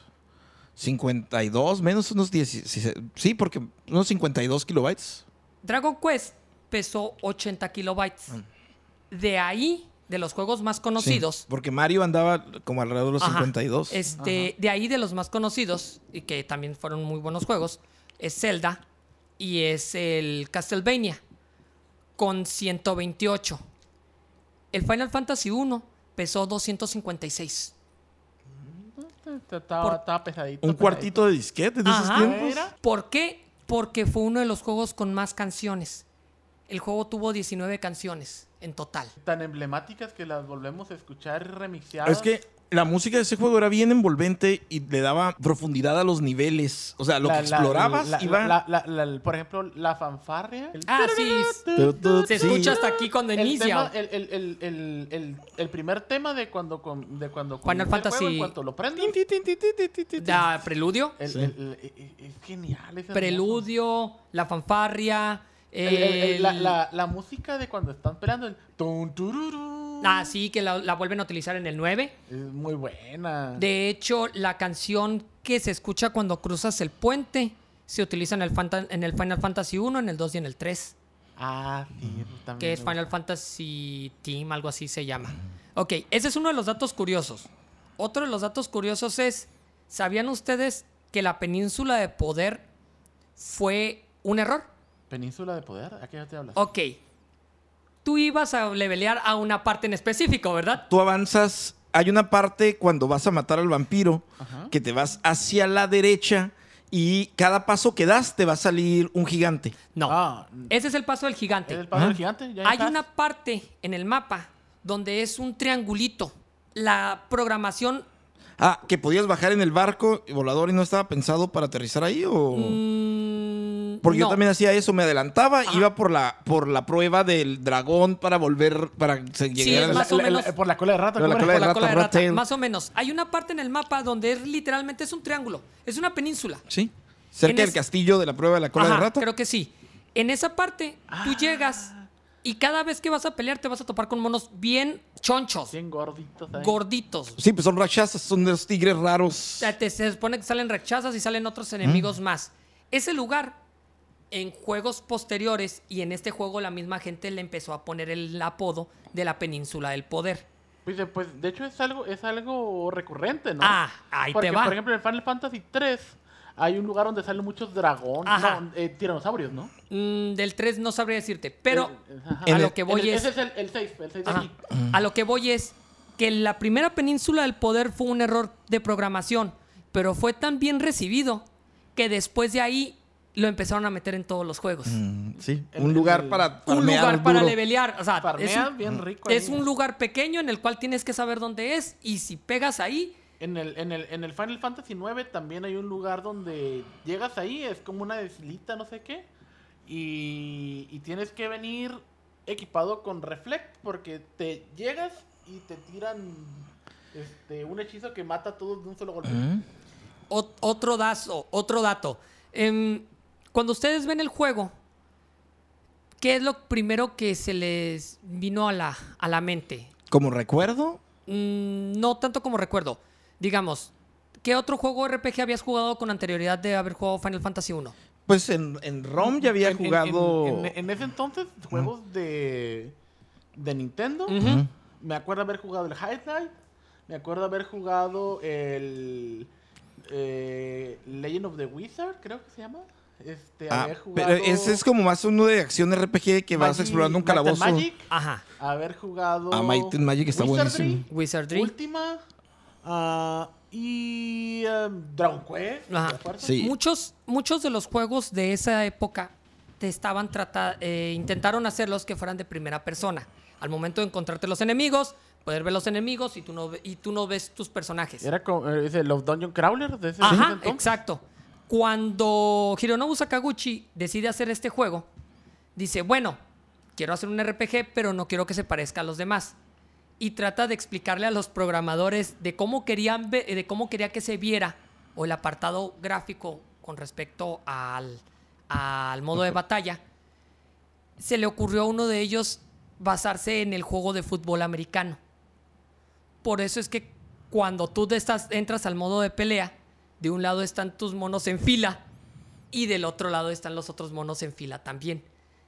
[SPEAKER 2] 52, menos unos 10. Sí, porque unos 52 kilobytes.
[SPEAKER 1] Dragon Quest pesó 80 kilobytes. De ahí, de los juegos más
[SPEAKER 2] Sí,
[SPEAKER 1] conocidos,
[SPEAKER 2] porque Mario andaba como alrededor de los
[SPEAKER 1] Ajá.
[SPEAKER 2] 52.
[SPEAKER 1] Este, De ahí de los más conocidos y que también fueron muy buenos juegos es Zelda y es el Castlevania con 128. El Final Fantasy 1 pesó 256.
[SPEAKER 3] Estaba,
[SPEAKER 1] Por-
[SPEAKER 3] estaba pesadito.
[SPEAKER 2] Un
[SPEAKER 3] pesadito.
[SPEAKER 2] cuartito de disquete en esos
[SPEAKER 1] Ajá.
[SPEAKER 2] tiempos.
[SPEAKER 3] Era.
[SPEAKER 1] ¿Por qué? Porque fue uno de los juegos con más canciones. El juego tuvo 19 canciones en total.
[SPEAKER 3] Tan emblemáticas que las volvemos a escuchar remixeadas.
[SPEAKER 2] Es que la música de ese juego era bien envolvente y le daba profundidad a los niveles. O sea, lo
[SPEAKER 3] La-
[SPEAKER 2] que
[SPEAKER 3] la-
[SPEAKER 2] explorabas
[SPEAKER 3] la-
[SPEAKER 2] iba.
[SPEAKER 3] la- la- la- la- por ejemplo, la fanfarria. El-
[SPEAKER 1] Ah, sí. Se
[SPEAKER 2] Sí.
[SPEAKER 1] escucha hasta aquí cuando
[SPEAKER 3] El, tema-
[SPEAKER 1] inicia.
[SPEAKER 3] el, el, el, el, el, el primer tema de cuando com- de cuando
[SPEAKER 1] Final
[SPEAKER 3] comienza el
[SPEAKER 1] Fantasy.
[SPEAKER 3] juego, en cuanto lo prendes,
[SPEAKER 1] Da preludio.
[SPEAKER 3] el- el- el- el- es genial es hermoso.
[SPEAKER 1] Preludio, la fanfarria.
[SPEAKER 3] El- el- el- la,
[SPEAKER 1] el-
[SPEAKER 3] la, la música de cuando están peleando el tun, tururú,
[SPEAKER 1] Ah, sí, que la, la vuelven a utilizar en el 9.
[SPEAKER 3] es muy buena
[SPEAKER 1] De hecho, la canción que se escucha cuando cruzas el puente se utiliza en el, Fanta- en el Final Fantasy 1, en el 2 y en el 3,
[SPEAKER 3] ah sí eso también
[SPEAKER 1] que es
[SPEAKER 3] me
[SPEAKER 1] Final
[SPEAKER 3] gusta.
[SPEAKER 1] Fantasy Team, algo así se llama. Ok, ese es uno de los datos curiosos. Otro de los datos curiosos es, ¿sabían ustedes que la península de poder fue un error?
[SPEAKER 3] península de poder a qué hora te hablas
[SPEAKER 1] Ok, tú ibas a levelear a una parte en específico, ¿verdad?
[SPEAKER 2] Tú avanzas. Hay una parte cuando vas a matar al vampiro
[SPEAKER 3] Ajá.
[SPEAKER 2] que te vas hacia la derecha y cada paso que das te va a salir un gigante.
[SPEAKER 1] No.
[SPEAKER 3] Ah,
[SPEAKER 1] Ese es el paso del gigante.
[SPEAKER 3] es el padre
[SPEAKER 2] Ah.
[SPEAKER 3] del gigante ya
[SPEAKER 1] Hay
[SPEAKER 3] estás.
[SPEAKER 1] una parte en el mapa donde es un triangulito. La programación
[SPEAKER 2] Ah, que podías bajar en el barco y volador y no estaba pensado para aterrizar ahí o.
[SPEAKER 1] mm,
[SPEAKER 2] Porque yo
[SPEAKER 1] no.
[SPEAKER 2] también hacía eso, me adelantaba,
[SPEAKER 1] Ajá.
[SPEAKER 2] iba por la, por la prueba del dragón para volver, para se- llegar
[SPEAKER 1] es
[SPEAKER 2] al-
[SPEAKER 1] más o
[SPEAKER 3] La- la-
[SPEAKER 1] menos-
[SPEAKER 3] la- por la cola de rato
[SPEAKER 2] Por la
[SPEAKER 3] ¿cómo
[SPEAKER 2] cola
[SPEAKER 1] Por
[SPEAKER 2] de
[SPEAKER 3] era?
[SPEAKER 1] la
[SPEAKER 2] rata,
[SPEAKER 1] cola de
[SPEAKER 2] rat
[SPEAKER 1] rata,
[SPEAKER 2] tail.
[SPEAKER 1] más o menos. Hay una parte en el mapa donde es literalmente es un triángulo, es una península.
[SPEAKER 2] Sí. Cerca
[SPEAKER 1] En
[SPEAKER 2] del
[SPEAKER 1] es-
[SPEAKER 2] castillo de la prueba de la cola
[SPEAKER 1] Ajá,
[SPEAKER 2] de rata.
[SPEAKER 1] Creo que sí. En esa parte tú llegas y cada vez que vas a pelear te vas a topar con monos bien chonchos,
[SPEAKER 3] bien gordito ¿sabes?
[SPEAKER 1] gorditos.
[SPEAKER 2] Sí, pues son rachazas, son de los tigres
[SPEAKER 1] O
[SPEAKER 2] raros.
[SPEAKER 1] sea, te- se supone que salen rechazas y salen otros enemigos
[SPEAKER 2] Mm.
[SPEAKER 1] más. Ese lugar, en juegos posteriores y en este juego, la misma gente le empezó a poner el apodo de la península del poder.
[SPEAKER 3] Pues, eh, pues, de hecho es algo, es algo recurrente, ¿no?
[SPEAKER 1] Ah, ahí
[SPEAKER 3] Porque,
[SPEAKER 1] te va.
[SPEAKER 3] Por ejemplo, en Final Fantasy 3 hay un lugar donde salen muchos dragones,
[SPEAKER 1] Ajá.
[SPEAKER 3] no, eh, tiranosaurios, ¿no?
[SPEAKER 1] Mm, del 3 no sabría decirte, pero
[SPEAKER 3] Eh, ajá.
[SPEAKER 1] a
[SPEAKER 2] En
[SPEAKER 1] lo
[SPEAKER 2] el-
[SPEAKER 1] que voy
[SPEAKER 3] El-
[SPEAKER 1] es.
[SPEAKER 3] Ese es el, el 6, el 6 de
[SPEAKER 1] Ajá.
[SPEAKER 3] aquí.
[SPEAKER 2] Mm.
[SPEAKER 1] A lo que voy es que la primera península del poder fue un error de programación, pero fue tan bien recibido que después de ahí lo empezaron a meter en todos los juegos.
[SPEAKER 2] Mm, Sí,
[SPEAKER 3] En-
[SPEAKER 2] un
[SPEAKER 3] en
[SPEAKER 2] lugar
[SPEAKER 3] el-
[SPEAKER 2] para
[SPEAKER 1] Un
[SPEAKER 2] farmear
[SPEAKER 1] lugar para
[SPEAKER 2] duro.
[SPEAKER 1] levelear. O sea, Ah, es
[SPEAKER 3] Farmean
[SPEAKER 1] un-
[SPEAKER 3] bien rico.
[SPEAKER 1] Es
[SPEAKER 3] ahí.
[SPEAKER 1] un lugar pequeño en el cual tienes que saber dónde es y si pegas ahí,
[SPEAKER 3] En el, en, el, en el Final Fantasy 9 también hay un lugar donde llegas ahí, es como una deslita, no sé qué. Y, y tienes que venir equipado con Reflect porque te llegas y te tiran este, un hechizo que mata a todos de un solo golpe.
[SPEAKER 2] Mm.
[SPEAKER 1] ot- otro, dazo, otro dato. Em, cuando ustedes ven el juego, ¿qué es lo primero que se les vino a la, a la mente?
[SPEAKER 2] Como recuerdo,
[SPEAKER 1] Mm, no tanto como recuerdo. Digamos, ¿qué otro juego RPG habías jugado con anterioridad de haber jugado Final Fantasy 1?
[SPEAKER 2] pues en, en ROM ya había
[SPEAKER 3] En- en-
[SPEAKER 2] jugado.
[SPEAKER 3] En, en- en ese entonces, juegos de, de Nintendo.
[SPEAKER 1] Ujú.
[SPEAKER 3] Me acuerdo haber jugado el Highlight. Me acuerdo haber jugado el. eh, Legend of the Wizard, creo que se llama. Este,
[SPEAKER 2] Ah,
[SPEAKER 3] haber jugado.
[SPEAKER 2] pero ese es como más uno de acción RPG que vas
[SPEAKER 3] Magic-
[SPEAKER 2] explorando un
[SPEAKER 3] Might and
[SPEAKER 2] calabozo.
[SPEAKER 3] Magic,
[SPEAKER 1] Ajá.
[SPEAKER 3] haber jugado.
[SPEAKER 2] Ah, Might and Magic está buenísimo.
[SPEAKER 1] Wizardry.
[SPEAKER 3] Última. ah, y y em, Dragon Quest.
[SPEAKER 1] Ajá.
[SPEAKER 3] ¿te acuerdas?
[SPEAKER 2] Sí.
[SPEAKER 1] Muchos, muchos de los juegos de esa época te estaban trata eh, intentaron hacerlos que fueran de primera persona. Al momento de encontrarte los enemigos, poder ver los enemigos y tú no, ve- y tú no ves tus personajes.
[SPEAKER 3] Era como, eh, ese, los Dungeon Crawlers de ese
[SPEAKER 1] Ajá,
[SPEAKER 3] entonces.
[SPEAKER 1] exacto. Cuando Hironobu Sakaguchi decide hacer este juego, dice, bueno, quiero hacer un RPG, pero no quiero que se parezca a los demás. Y trata de explicarle a los programadores de cómo, querían ve- de cómo quería que se viera o el apartado gráfico con respecto al, al modo de batalla. Se le ocurrió a uno de ellos basarse en el juego de fútbol americano. Por eso es que cuando tú te estás, entras al modo de pelea, de un lado están tus monos en fila y del otro lado están los otros monos en fila también.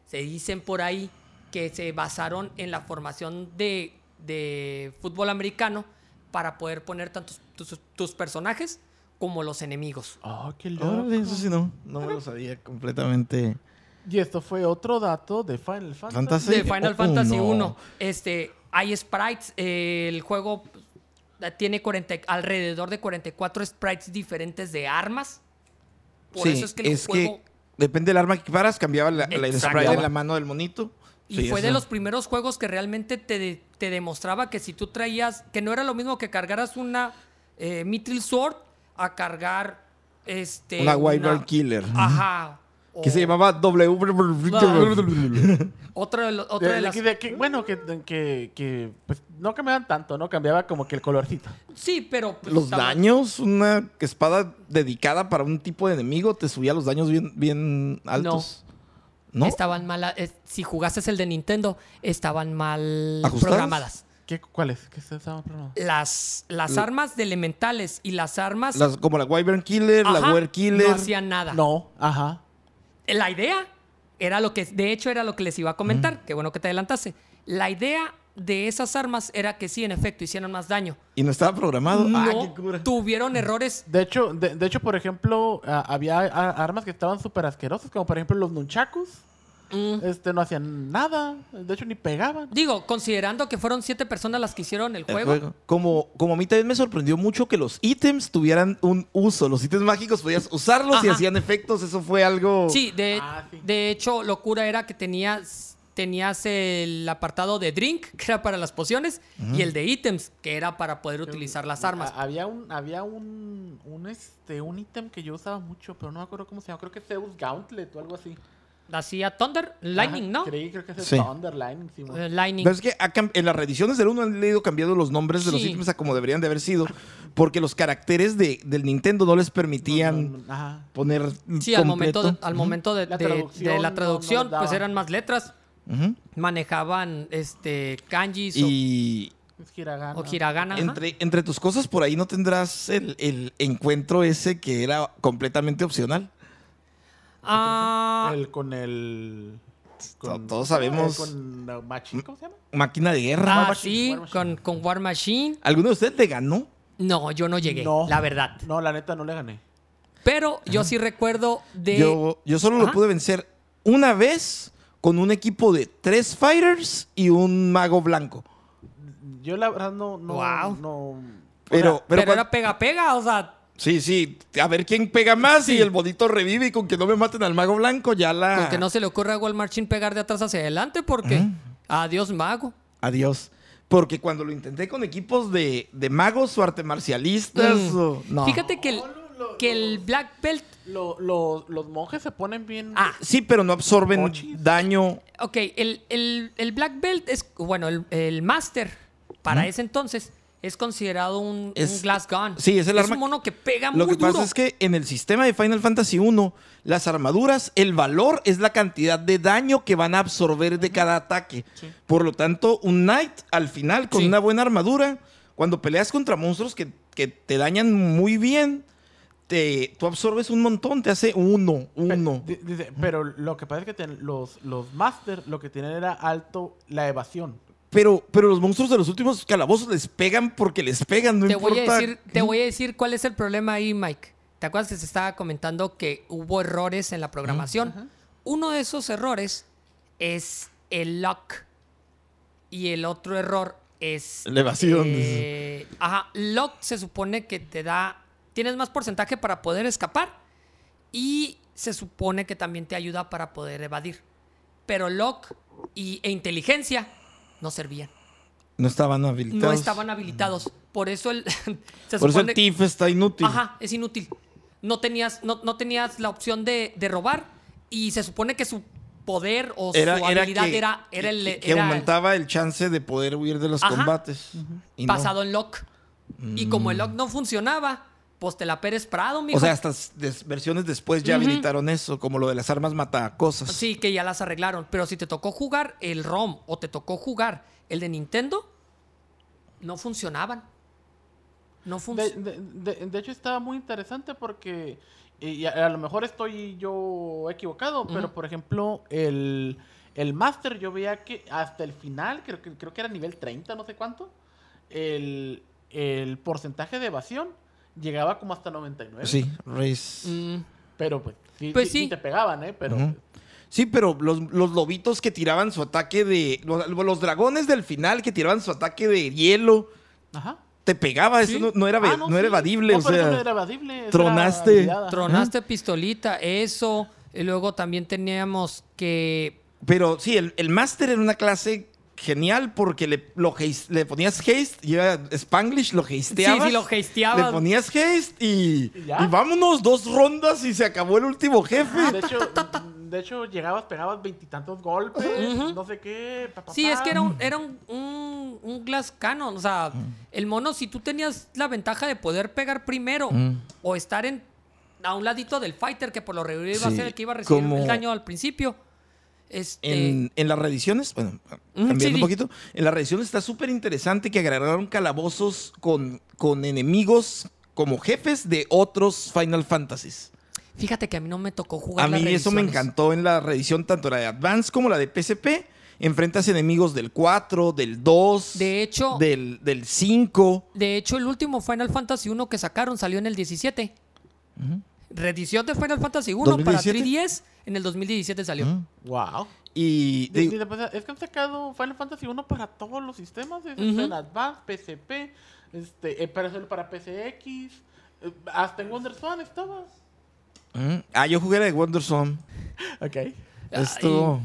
[SPEAKER 1] Se dicen por ahí que se basaron en la formación de, de fútbol americano para poder poner tanto tus, tus personajes como los enemigos.
[SPEAKER 3] Ah, qué loco.
[SPEAKER 2] Órale, eso sí no. No me lo sabía completamente.
[SPEAKER 3] Y esto fue otro dato de Final Fantasy.
[SPEAKER 2] Fantasy.
[SPEAKER 1] de
[SPEAKER 2] Sí,
[SPEAKER 1] Final
[SPEAKER 2] o-
[SPEAKER 1] Fantasy
[SPEAKER 2] uno.
[SPEAKER 1] 1. Este, hay sprites, eh, el juego pues, tiene 40, alrededor de 44 sprites diferentes de armas. Por
[SPEAKER 2] sí,
[SPEAKER 1] eso es que el juego
[SPEAKER 2] depende del arma que paras, cambiaba la, la- el
[SPEAKER 1] Exacto.
[SPEAKER 2] spray de la mano del monito.
[SPEAKER 1] Y
[SPEAKER 2] Sí,
[SPEAKER 1] fue de
[SPEAKER 2] eso.
[SPEAKER 1] los primeros juegos que realmente te, de- te demostraba que si tú traías, que no era lo mismo que cargaras una eh, Mithril Sword a cargar este
[SPEAKER 2] Una Wild Killer.
[SPEAKER 1] Ajá.
[SPEAKER 2] Que
[SPEAKER 1] O
[SPEAKER 2] se llamaba W.
[SPEAKER 1] Otra de, lo- otra
[SPEAKER 3] De-
[SPEAKER 1] de las
[SPEAKER 3] de- de que- bueno, que, que, que, pues, no cambiaban tanto, ¿no? Cambiaba como que el colorcito.
[SPEAKER 1] Sí, pero pues,
[SPEAKER 2] Los
[SPEAKER 1] estaba-
[SPEAKER 2] daños, una espada dedicada para un tipo de enemigo, te subía los daños bien, bien altos. No.
[SPEAKER 1] estaban mal eh, si jugases el de Nintendo, estaban mal
[SPEAKER 2] ¿Ajustadas?
[SPEAKER 1] programadas.
[SPEAKER 3] ¿Qué, ¿Cuál es? ¿Qué se estaba programando?
[SPEAKER 1] Las las armas de elementales y las armas
[SPEAKER 2] Las- como la Wyvern Killer, la
[SPEAKER 1] ajá,
[SPEAKER 2] Were Killer.
[SPEAKER 1] no hacían nada.
[SPEAKER 3] No, ajá.
[SPEAKER 1] la idea era lo que, de hecho, era lo que les iba a comentar. Qué bueno que te adelantaste. La idea de esas armas era que sí, en efecto, hicieran más daño.
[SPEAKER 2] Y no estaba programado. Ah,
[SPEAKER 1] No
[SPEAKER 2] qué cura.
[SPEAKER 1] tuvieron errores.
[SPEAKER 3] De hecho, de, de hecho, por ejemplo, a- había a- armas que estaban súper asquerosas, como por ejemplo los nunchakus.
[SPEAKER 1] Mm.
[SPEAKER 3] Este, no hacían nada. De hecho, ni pegaban.
[SPEAKER 1] Digo, considerando que fueron siete personas las que hicieron el
[SPEAKER 2] El
[SPEAKER 1] juego.
[SPEAKER 2] juego. Como, como a mí también me sorprendió mucho que los ítems tuvieran un uso. Los ítems mágicos podías usarlos y
[SPEAKER 1] Ajá.
[SPEAKER 2] hacían efectos. Eso fue algo.
[SPEAKER 1] Sí, de,
[SPEAKER 3] Ah, sí.
[SPEAKER 1] de hecho, locura era que tenías, tenías el apartado de drink, que era para las pociones, y el de ítems, que era para poder utilizar las armas.
[SPEAKER 3] Ha- había un, había un, un, este, un ítem que yo usaba mucho, pero no me acuerdo cómo se llama. Creo que Zeus Gauntlet o algo así.
[SPEAKER 1] Hacía Thunder, Lightning,
[SPEAKER 3] ah. Ajá,
[SPEAKER 1] ¿no?
[SPEAKER 3] Creí, creo que es el
[SPEAKER 2] Sí.
[SPEAKER 3] Thunder Lightning. sí, mo-
[SPEAKER 1] Eh, Lightning.
[SPEAKER 2] Pero es que ha cam- en las reediciones del 1 han ido cambiando los nombres de los
[SPEAKER 1] Sí.
[SPEAKER 2] ítems a como deberían de haber sido. Porque los caracteres de, del Nintendo no les permitían
[SPEAKER 3] No, no, no, ajá.
[SPEAKER 2] poner.
[SPEAKER 1] Sí, al
[SPEAKER 2] completo.
[SPEAKER 1] momento, al momento de de-
[SPEAKER 3] La
[SPEAKER 1] de la traducción,
[SPEAKER 3] traducción no- no daba.
[SPEAKER 1] pues eran más letras.
[SPEAKER 2] Ujú.
[SPEAKER 1] Manejaban este kanjis o-
[SPEAKER 2] Y
[SPEAKER 3] Es hiragana.
[SPEAKER 1] o, hiragana. ajá.
[SPEAKER 2] entre, entre tus cosas por ahí no tendrás el, el encuentro ese que era completamente opcional.
[SPEAKER 1] Ah,
[SPEAKER 3] El- con el.
[SPEAKER 2] To- todos sabemos.
[SPEAKER 3] Con la machi- ¿cómo se llama?
[SPEAKER 2] Máquina de
[SPEAKER 1] ah,
[SPEAKER 2] guerra.
[SPEAKER 1] sí,
[SPEAKER 3] War Machine.
[SPEAKER 1] Con, con War Machine.
[SPEAKER 2] ¿Alguno de ustedes le ganó?
[SPEAKER 1] No, yo no llegué,
[SPEAKER 3] No.
[SPEAKER 1] la verdad.
[SPEAKER 3] No, la neta no le gané.
[SPEAKER 1] Pero yo sí recuerdo de...
[SPEAKER 2] Yo, yo solo lo
[SPEAKER 1] Ajá.
[SPEAKER 2] pude vencer una vez con un equipo de tres fighters y un mago blanco.
[SPEAKER 3] Yo la verdad no. no
[SPEAKER 1] Wow.
[SPEAKER 3] no-
[SPEAKER 2] Pero,
[SPEAKER 1] pero
[SPEAKER 2] pero, cuan-
[SPEAKER 1] era pega-pega, o sea...
[SPEAKER 2] Sí, sí. A ver quién pega más y el bonito revive y con que no me maten al mago blanco ya la...
[SPEAKER 1] Con que no se le ocurra a War Machine pegar de atrás hacia adelante porque... Adiós, mago.
[SPEAKER 2] Adiós. Porque cuando lo intenté con equipos de, de magos o arte marcialistas
[SPEAKER 1] Mm.
[SPEAKER 2] o- No.
[SPEAKER 1] Fíjate que el, que el Black Belt...
[SPEAKER 3] lo- lo- los monjes se ponen bien.
[SPEAKER 1] Ah,
[SPEAKER 2] Sí, pero no absorben
[SPEAKER 3] Mochis.
[SPEAKER 2] daño.
[SPEAKER 1] Ok, el, el- el Black Belt es, bueno, el, el Master para ese entonces es considerado un,
[SPEAKER 2] Es-
[SPEAKER 1] un Glass Gun.
[SPEAKER 2] sí, es el arma
[SPEAKER 1] un
[SPEAKER 2] que-
[SPEAKER 1] mono que pega
[SPEAKER 2] Lo
[SPEAKER 1] muy
[SPEAKER 2] que pasa
[SPEAKER 1] duro.
[SPEAKER 2] es que en el sistema de Final Fantasy 1, las armaduras, el valor es la cantidad de daño que van a absorber de cada ataque. Por lo tanto, un knight al final con
[SPEAKER 1] Sí.
[SPEAKER 2] una buena armadura, cuando peleas contra monstruos que, que te dañan muy bien, te, tú absorbes un montón, te hace uno,
[SPEAKER 3] Pe-
[SPEAKER 2] uno.
[SPEAKER 3] di- dice, pero lo que pasa es que ten- los, los Master lo que tienen era alto la evasión.
[SPEAKER 2] Pero, pero los monstruos de los últimos calabozos les pegan porque les pegan, no
[SPEAKER 1] te, voy
[SPEAKER 2] importa.
[SPEAKER 1] a decir, te voy a decir cuál es el problema ahí, Mike. ¿Te acuerdas que se estaba comentando que hubo errores en la programación? Uno de esos errores es el lock. Y el otro error es...
[SPEAKER 2] La evasión,
[SPEAKER 1] eh, ajá, lock se supone que te da Tienes más porcentaje para poder escapar y se supone que también te ayuda para poder evadir. Pero lock y, e inteligencia no servían.
[SPEAKER 2] No estaban habilitados.
[SPEAKER 1] No estaban habilitados. Por eso el. se
[SPEAKER 2] Por eso el
[SPEAKER 1] supone-
[SPEAKER 2] TIF está inútil.
[SPEAKER 1] Ajá, es inútil. No tenías, no, no tenías la opción de, de robar y se supone que su poder o
[SPEAKER 2] Era,
[SPEAKER 1] su
[SPEAKER 2] era
[SPEAKER 1] habilidad
[SPEAKER 2] que,
[SPEAKER 1] era, era el...
[SPEAKER 2] que- que
[SPEAKER 1] era
[SPEAKER 2] aumentaba el chance de poder huir de los
[SPEAKER 1] Ajá.
[SPEAKER 2] combates. Y no. Mm.
[SPEAKER 1] Basado en lock. Y como el lock no funcionaba, pues te la Pérez Prado, mijo.
[SPEAKER 2] O sea, hasta des- versiones después ya habilitaron eso, como lo de las armas matacosas.
[SPEAKER 1] Sí, que ya las arreglaron. Pero si te tocó jugar el ROM o te tocó jugar el de Nintendo, no funcionaban. No
[SPEAKER 3] De,
[SPEAKER 1] funcionaban.
[SPEAKER 3] de- de- de hecho, está muy interesante porque, eh, y a, a lo mejor estoy yo equivocado, pero por ejemplo, el, el Master, yo veía que hasta el final, creo que, creo que era nivel 30, no sé cuánto, el, el porcentaje de evasión llegaba como hasta 99.
[SPEAKER 2] Pues Sí, Reyes.
[SPEAKER 1] Mm.
[SPEAKER 3] Pero pues, sí,
[SPEAKER 1] Pues
[SPEAKER 3] sí-
[SPEAKER 1] sí.
[SPEAKER 3] sí te pegaban, ¿eh? Pero
[SPEAKER 2] Ujú. Sí, pero los, los lobitos que tiraban su ataque de. Los, los dragones del final que tiraban su ataque de hielo.
[SPEAKER 3] Ajá.
[SPEAKER 2] Te pegaba, eso
[SPEAKER 1] Sí.
[SPEAKER 2] no, no era, ve-
[SPEAKER 3] Ah,
[SPEAKER 2] no era
[SPEAKER 3] sí.
[SPEAKER 2] evadible.
[SPEAKER 3] No,
[SPEAKER 2] o
[SPEAKER 3] pero eso
[SPEAKER 2] sea,
[SPEAKER 3] no era evadible, esa era
[SPEAKER 2] tronaste.
[SPEAKER 3] habilidad, ajá.
[SPEAKER 1] Tronaste pistolita, eso. Y luego también teníamos que
[SPEAKER 2] Pero sí, el, el Master era una clase genial porque le, lo haste- le ponías haste, y era Spanglish, lo hasteabas.
[SPEAKER 1] Sí, sí, lo hasteabas.
[SPEAKER 2] Le ponías haste y,
[SPEAKER 3] ¿Y ya?
[SPEAKER 2] y vámonos, dos rondas y se acabó el último jefe.
[SPEAKER 1] Ah,
[SPEAKER 3] De hecho, de hecho, llegabas, pegabas veintitantos golpes, no sé qué. pa, pa,
[SPEAKER 1] Sí, es
[SPEAKER 3] pa.
[SPEAKER 1] que era un, era un, un, un glass cannon. O sea, el mono, si tú tenías la ventaja de poder pegar primero
[SPEAKER 2] Mm.
[SPEAKER 1] o estar en, a un ladito del fighter, que por lo regular iba a
[SPEAKER 2] Sí,
[SPEAKER 1] ser el que iba a recibir
[SPEAKER 2] como-
[SPEAKER 1] el daño al principio. Este,
[SPEAKER 2] en, en las reediciones, bueno,
[SPEAKER 1] Mm,
[SPEAKER 2] cambiando
[SPEAKER 1] sí,
[SPEAKER 2] un
[SPEAKER 1] sí.
[SPEAKER 2] poquito, en las reediciones está súper interesante que agregaron calabozos con, con enemigos como jefes de otros Final Fantasies.
[SPEAKER 1] Fíjate que a mí no me tocó jugar
[SPEAKER 2] A mí
[SPEAKER 1] las
[SPEAKER 2] eso me
[SPEAKER 1] revisiones.
[SPEAKER 2] encantó en la reedición, tanto la de Advance como la de PSP. Enfrentas enemigos del 4, del 2,
[SPEAKER 1] De hecho-
[SPEAKER 2] del, del 5.
[SPEAKER 1] De hecho, el último Final Fantasy 1 que sacaron salió en el 17. Reedición de Final Fantasy 1 para
[SPEAKER 2] 2017.
[SPEAKER 1] 3DS en el 2017 salió.
[SPEAKER 2] Mm.
[SPEAKER 3] Wow.
[SPEAKER 2] Y
[SPEAKER 3] De-
[SPEAKER 2] digo,
[SPEAKER 3] de- pues, es que han sacado Final Fantasy 1 para todos los sistemas, es-
[SPEAKER 1] Ujú.
[SPEAKER 3] en Advance, PCP, este, eh, para, para PCX, eh, hasta en Wonder Swan estabas.
[SPEAKER 2] ¿Mm? ah, yo jugué la de Wondersong.
[SPEAKER 3] Ok.
[SPEAKER 2] Estuvo,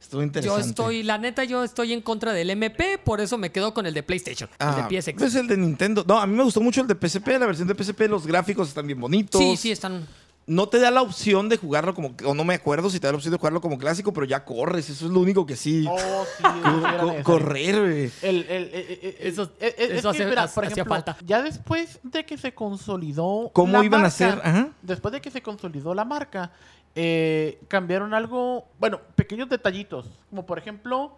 [SPEAKER 2] estuvo
[SPEAKER 1] Yo
[SPEAKER 2] interesante.
[SPEAKER 1] estoy, la neta, yo estoy en contra del MP, por eso me quedo con el de PlayStation,
[SPEAKER 2] Ah,
[SPEAKER 1] el de PSX.
[SPEAKER 2] pues el de Nintendo. No, a mí me gustó mucho el de PSP. La versión de PSP, los gráficos están bien bonitos.
[SPEAKER 1] Sí, sí, están.
[SPEAKER 2] No te da la opción de jugarlo como. O no me acuerdo si te da la opción de jugarlo como clásico, pero ya corres. Eso es lo único que sí.
[SPEAKER 3] Oh, sí,
[SPEAKER 2] Co-
[SPEAKER 3] era
[SPEAKER 2] co-
[SPEAKER 3] necesario.
[SPEAKER 2] correr, güey.
[SPEAKER 3] El, el, el- el- el-
[SPEAKER 1] Eso-
[SPEAKER 3] es- es
[SPEAKER 1] eso
[SPEAKER 3] que,
[SPEAKER 1] hace-
[SPEAKER 3] mira,
[SPEAKER 1] hace-
[SPEAKER 3] por
[SPEAKER 1] hacía
[SPEAKER 3] ejemplo,
[SPEAKER 1] falta.
[SPEAKER 3] Ya después de que se consolidó.
[SPEAKER 2] ¿Cómo
[SPEAKER 3] la
[SPEAKER 2] iban a
[SPEAKER 3] marca,
[SPEAKER 2] hacer? Ajá.
[SPEAKER 3] Después de que se consolidó la marca, eh, cambiaron algo. Bueno, pequeños detallitos. Como por ejemplo,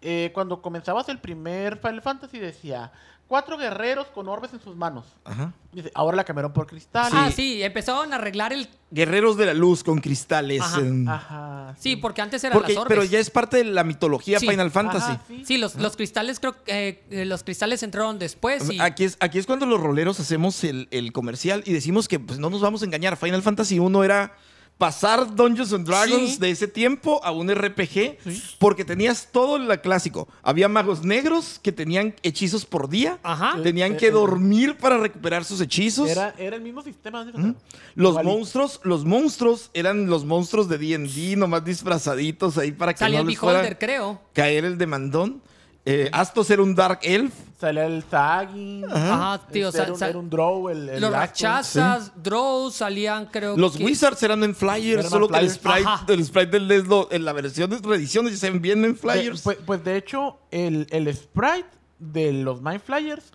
[SPEAKER 3] eh, cuando comenzabas el primer Final Fantasy, decía cuatro guerreros con orbes en sus manos.
[SPEAKER 2] Ajá.
[SPEAKER 3] Dice, ahora la cambiaron por cristal.
[SPEAKER 1] Ah, sí, empezaron a arreglar el.
[SPEAKER 2] Guerreros de la luz con cristales.
[SPEAKER 1] Ajá,
[SPEAKER 2] en-
[SPEAKER 3] Ajá.
[SPEAKER 1] Sí, porque antes eran
[SPEAKER 2] Porque,
[SPEAKER 1] las orbes.
[SPEAKER 2] pero ya es parte de la mitología
[SPEAKER 1] Sí.
[SPEAKER 2] Final Fantasy.
[SPEAKER 3] Ajá, sí.
[SPEAKER 1] Sí, los, los cristales creo que eh, los cristales entraron después y
[SPEAKER 2] Aquí, es, aquí es cuando los roleros hacemos el, el comercial y decimos que pues, no nos vamos a engañar. Final Fantasy 1 era pasar Dungeons and Dragons
[SPEAKER 1] Sí.
[SPEAKER 2] de ese tiempo a un RPG porque tenías todo lo clásico. Había magos negros que tenían hechizos por día,
[SPEAKER 1] Ajá.
[SPEAKER 2] tenían
[SPEAKER 3] Eh,
[SPEAKER 2] que
[SPEAKER 3] eh,
[SPEAKER 2] dormir para recuperar sus hechizos.
[SPEAKER 3] Era, era el mismo sistema. ¿sí?
[SPEAKER 2] Los
[SPEAKER 3] Igualito.
[SPEAKER 2] monstruos, los monstruos eran los monstruos de D&D nomás disfrazaditos ahí para que
[SPEAKER 1] salió
[SPEAKER 2] no
[SPEAKER 1] el
[SPEAKER 2] les
[SPEAKER 1] Beholder,
[SPEAKER 2] fuera
[SPEAKER 1] creo.
[SPEAKER 2] caer el demandón. Eh, Astos era un Dark Elf.
[SPEAKER 3] Salía el Zagin.
[SPEAKER 2] ¿Eh?
[SPEAKER 1] Ajá, Ah, tío,
[SPEAKER 3] este,
[SPEAKER 1] sal-
[SPEAKER 3] era, un,
[SPEAKER 1] sal-
[SPEAKER 3] era un draw. El, el
[SPEAKER 1] los
[SPEAKER 3] Astos.
[SPEAKER 1] rachazas, Drow salían, creo
[SPEAKER 2] Los
[SPEAKER 1] que.
[SPEAKER 2] Wizards eran en Flyers,
[SPEAKER 3] Eran
[SPEAKER 2] solo
[SPEAKER 3] en
[SPEAKER 2] que el
[SPEAKER 3] flyers.
[SPEAKER 2] sprite,
[SPEAKER 1] Ajá.
[SPEAKER 2] el sprite del Leslo en la versión de reediciones ya se ven bien en
[SPEAKER 3] De-
[SPEAKER 2] Flyers.
[SPEAKER 3] pues, pues, de hecho, el, el sprite de los Mind Flyers,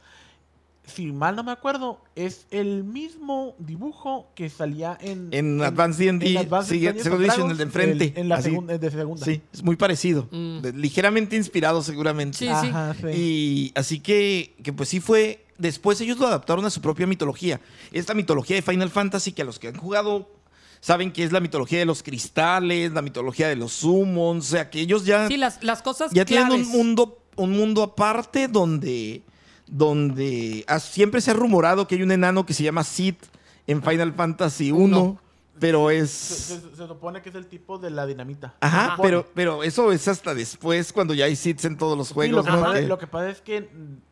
[SPEAKER 3] si mal no me acuerdo, es el mismo dibujo que salía en.
[SPEAKER 2] En Advanced D&D,
[SPEAKER 3] en Advanced
[SPEAKER 2] sigue-
[SPEAKER 3] Dungeons
[SPEAKER 2] Second
[SPEAKER 3] and
[SPEAKER 2] Edition, el de enfrente,
[SPEAKER 3] el- en la
[SPEAKER 2] así.
[SPEAKER 3] segunda, el de segunda.
[SPEAKER 2] sí, es muy parecido.
[SPEAKER 1] Mm.
[SPEAKER 2] De- Ligeramente inspirado seguramente.
[SPEAKER 1] Sí, sí.
[SPEAKER 3] Ajá, Ah, sí.
[SPEAKER 2] Y así que, que pues sí fue. Después ellos lo adaptaron a su propia mitología. Esta mitología de Final Fantasy que a los que han jugado saben que es la mitología de los cristales, la mitología de los summons. O sea, que ellos ya,
[SPEAKER 1] Sí, las, las cosas
[SPEAKER 2] ya tienen un
[SPEAKER 1] claves.
[SPEAKER 2] mundo, un mundo aparte donde, donde ah, siempre se ha rumorado que hay un enano que se llama Sid en Final Fantasy 1. Pero
[SPEAKER 3] Se,
[SPEAKER 2] es.
[SPEAKER 3] se- se supone que es el tipo de la dinamita. Se
[SPEAKER 2] Ajá,
[SPEAKER 3] supone.
[SPEAKER 2] pero, pero eso es hasta después, cuando ya hay seats en todos los
[SPEAKER 3] Sí, lo,
[SPEAKER 2] juegos,
[SPEAKER 3] que
[SPEAKER 2] ¿no?
[SPEAKER 3] pasa,
[SPEAKER 2] Que-
[SPEAKER 3] lo que pasa es que mm,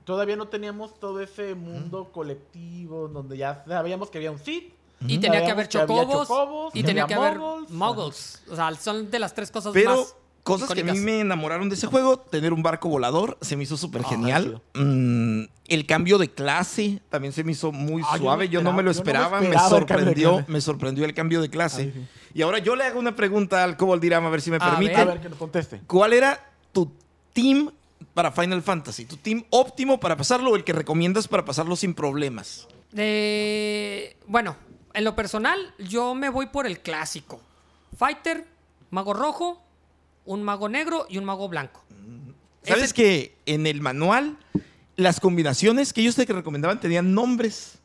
[SPEAKER 3] todavía no teníamos todo ese mundo colectivo donde ya sabíamos que había un sit.
[SPEAKER 1] Y tenía que
[SPEAKER 3] Sabíamos
[SPEAKER 1] haber
[SPEAKER 3] que había
[SPEAKER 1] chocobos.
[SPEAKER 3] chocobos,
[SPEAKER 1] y
[SPEAKER 3] que
[SPEAKER 1] tenía que
[SPEAKER 3] había
[SPEAKER 1] haber
[SPEAKER 3] muggles.
[SPEAKER 1] muggles. O sea, son de las tres cosas
[SPEAKER 2] Pero
[SPEAKER 1] más.
[SPEAKER 2] cosas que a mí
[SPEAKER 1] icónicas.
[SPEAKER 2] me enamoraron de ese juego, tener un barco volador se me hizo súper
[SPEAKER 3] Ah,
[SPEAKER 2] genial. Mm, el cambio de clase también se me hizo muy
[SPEAKER 3] Ah, yo no
[SPEAKER 2] suave. Yo no, me lo
[SPEAKER 3] esperaba,
[SPEAKER 2] esperaba,
[SPEAKER 3] yo no me esperaba
[SPEAKER 2] me
[SPEAKER 3] el cambio de
[SPEAKER 2] sorprendió,
[SPEAKER 3] clase.
[SPEAKER 2] me sorprendió el cambio de clase.
[SPEAKER 3] Ay, sí.
[SPEAKER 2] Y ahora yo le hago una pregunta al Cobalt Diram a ver si me
[SPEAKER 1] A
[SPEAKER 2] permite.
[SPEAKER 3] A ver, que nos conteste.
[SPEAKER 2] ¿Cuál era tu team para Final Fantasy? ¿Tu team óptimo para pasarlo o el que recomiendas para pasarlo sin problemas?
[SPEAKER 1] Eh, bueno, en lo personal, yo me voy por el clásico. Fighter, mago rojo, un mago negro y un mago blanco.
[SPEAKER 2] ¿Sabes
[SPEAKER 1] Ese-
[SPEAKER 2] que en el manual las combinaciones que ellos te recomendaban tenían nombres?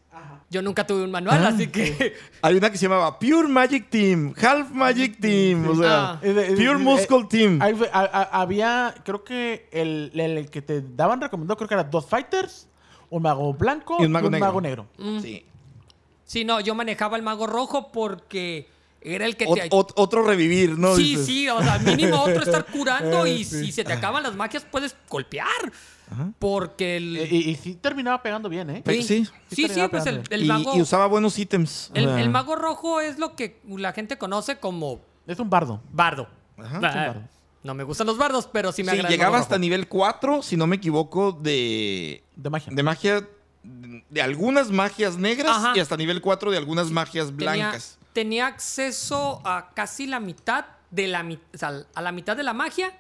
[SPEAKER 1] Yo nunca tuve un manual,
[SPEAKER 2] Ah.
[SPEAKER 1] así que...
[SPEAKER 2] Hay una que se llamaba Pure Magic Team, Half Magic Team, o sea,
[SPEAKER 1] Ah.
[SPEAKER 3] Es de- es-
[SPEAKER 2] Pure
[SPEAKER 3] es-
[SPEAKER 2] Muscle Team.
[SPEAKER 3] Ahí fue- a- a- había, creo que el, el- el que te daban recomendado, creo que era dos fighters, un mago blanco
[SPEAKER 2] Y un mago negro.
[SPEAKER 1] mm,
[SPEAKER 2] Sí.
[SPEAKER 1] Sí, no, yo manejaba el mago rojo porque era el que
[SPEAKER 2] Ot-
[SPEAKER 1] te...
[SPEAKER 2] ot- otro revivir, ¿no?
[SPEAKER 1] sí,
[SPEAKER 2] Dices. Eh,
[SPEAKER 1] sí, o sea, mínimo otro estar curando y si se te acaban las magias puedes golpear. Porque el...
[SPEAKER 3] Eh, Y, y sí terminaba pegando bien, ¿eh?
[SPEAKER 2] Pe- sí.
[SPEAKER 1] Sí,
[SPEAKER 3] Sí,
[SPEAKER 1] sí,
[SPEAKER 3] terminaba
[SPEAKER 1] pues el,
[SPEAKER 3] pegando.
[SPEAKER 1] el
[SPEAKER 2] y,
[SPEAKER 1] mago...
[SPEAKER 2] y usaba buenos ítems.
[SPEAKER 1] el-
[SPEAKER 2] o sea.
[SPEAKER 1] el mago rojo es lo que la gente conoce como
[SPEAKER 3] Es un bardo.
[SPEAKER 1] bardo.
[SPEAKER 2] Ajá.
[SPEAKER 1] Bah,
[SPEAKER 3] Sí, bardo.
[SPEAKER 1] No me gustan los bardos, pero sí me
[SPEAKER 2] Sí,
[SPEAKER 1] agrada el
[SPEAKER 2] llegaba
[SPEAKER 1] mago
[SPEAKER 2] hasta
[SPEAKER 1] rojo.
[SPEAKER 2] nivel 4, si no me equivoco, de,
[SPEAKER 3] De magia.
[SPEAKER 2] de magia, de algunas magias negras
[SPEAKER 1] Ajá.
[SPEAKER 2] y hasta nivel 4 de algunas magias
[SPEAKER 1] Tenía-
[SPEAKER 2] blancas.
[SPEAKER 1] Tenía, acceso a casi la mitad de la mi- o sea, a la mitad de la magia,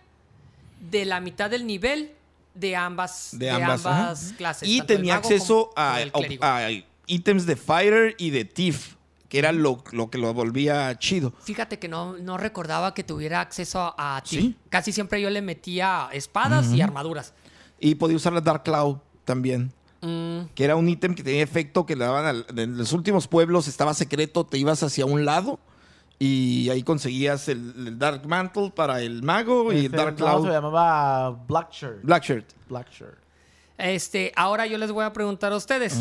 [SPEAKER 1] de la mitad del nivel de ambas,
[SPEAKER 2] de ambas, ajá.
[SPEAKER 1] clases.
[SPEAKER 2] Y
[SPEAKER 1] tanto del
[SPEAKER 2] tenía
[SPEAKER 1] mago
[SPEAKER 2] acceso
[SPEAKER 1] como
[SPEAKER 2] a,
[SPEAKER 1] del clérigo.
[SPEAKER 2] a- a ítems de Fighter y de Thief, que era lo, lo que lo volvía chido.
[SPEAKER 1] Fíjate que no, no recordaba que tuviera acceso a ti.
[SPEAKER 2] Sí.
[SPEAKER 1] Casi siempre yo le metía espadas y armaduras.
[SPEAKER 2] Y podía usar la Dark Cloud también.
[SPEAKER 1] Mm,
[SPEAKER 2] que era un ítem que tenía efecto que le daban al- en los últimos pueblos, estaba secreto, te ibas hacia un lado y ahí conseguías el, el Dark Mantle para el mago y
[SPEAKER 3] Ese
[SPEAKER 2] el Dark
[SPEAKER 3] no, Este, se
[SPEAKER 2] Cloud.
[SPEAKER 3] llamaba Black Shirt.
[SPEAKER 2] Black Shirt.
[SPEAKER 3] Black Shirt.
[SPEAKER 1] este, ahora yo les voy a preguntar a ustedes.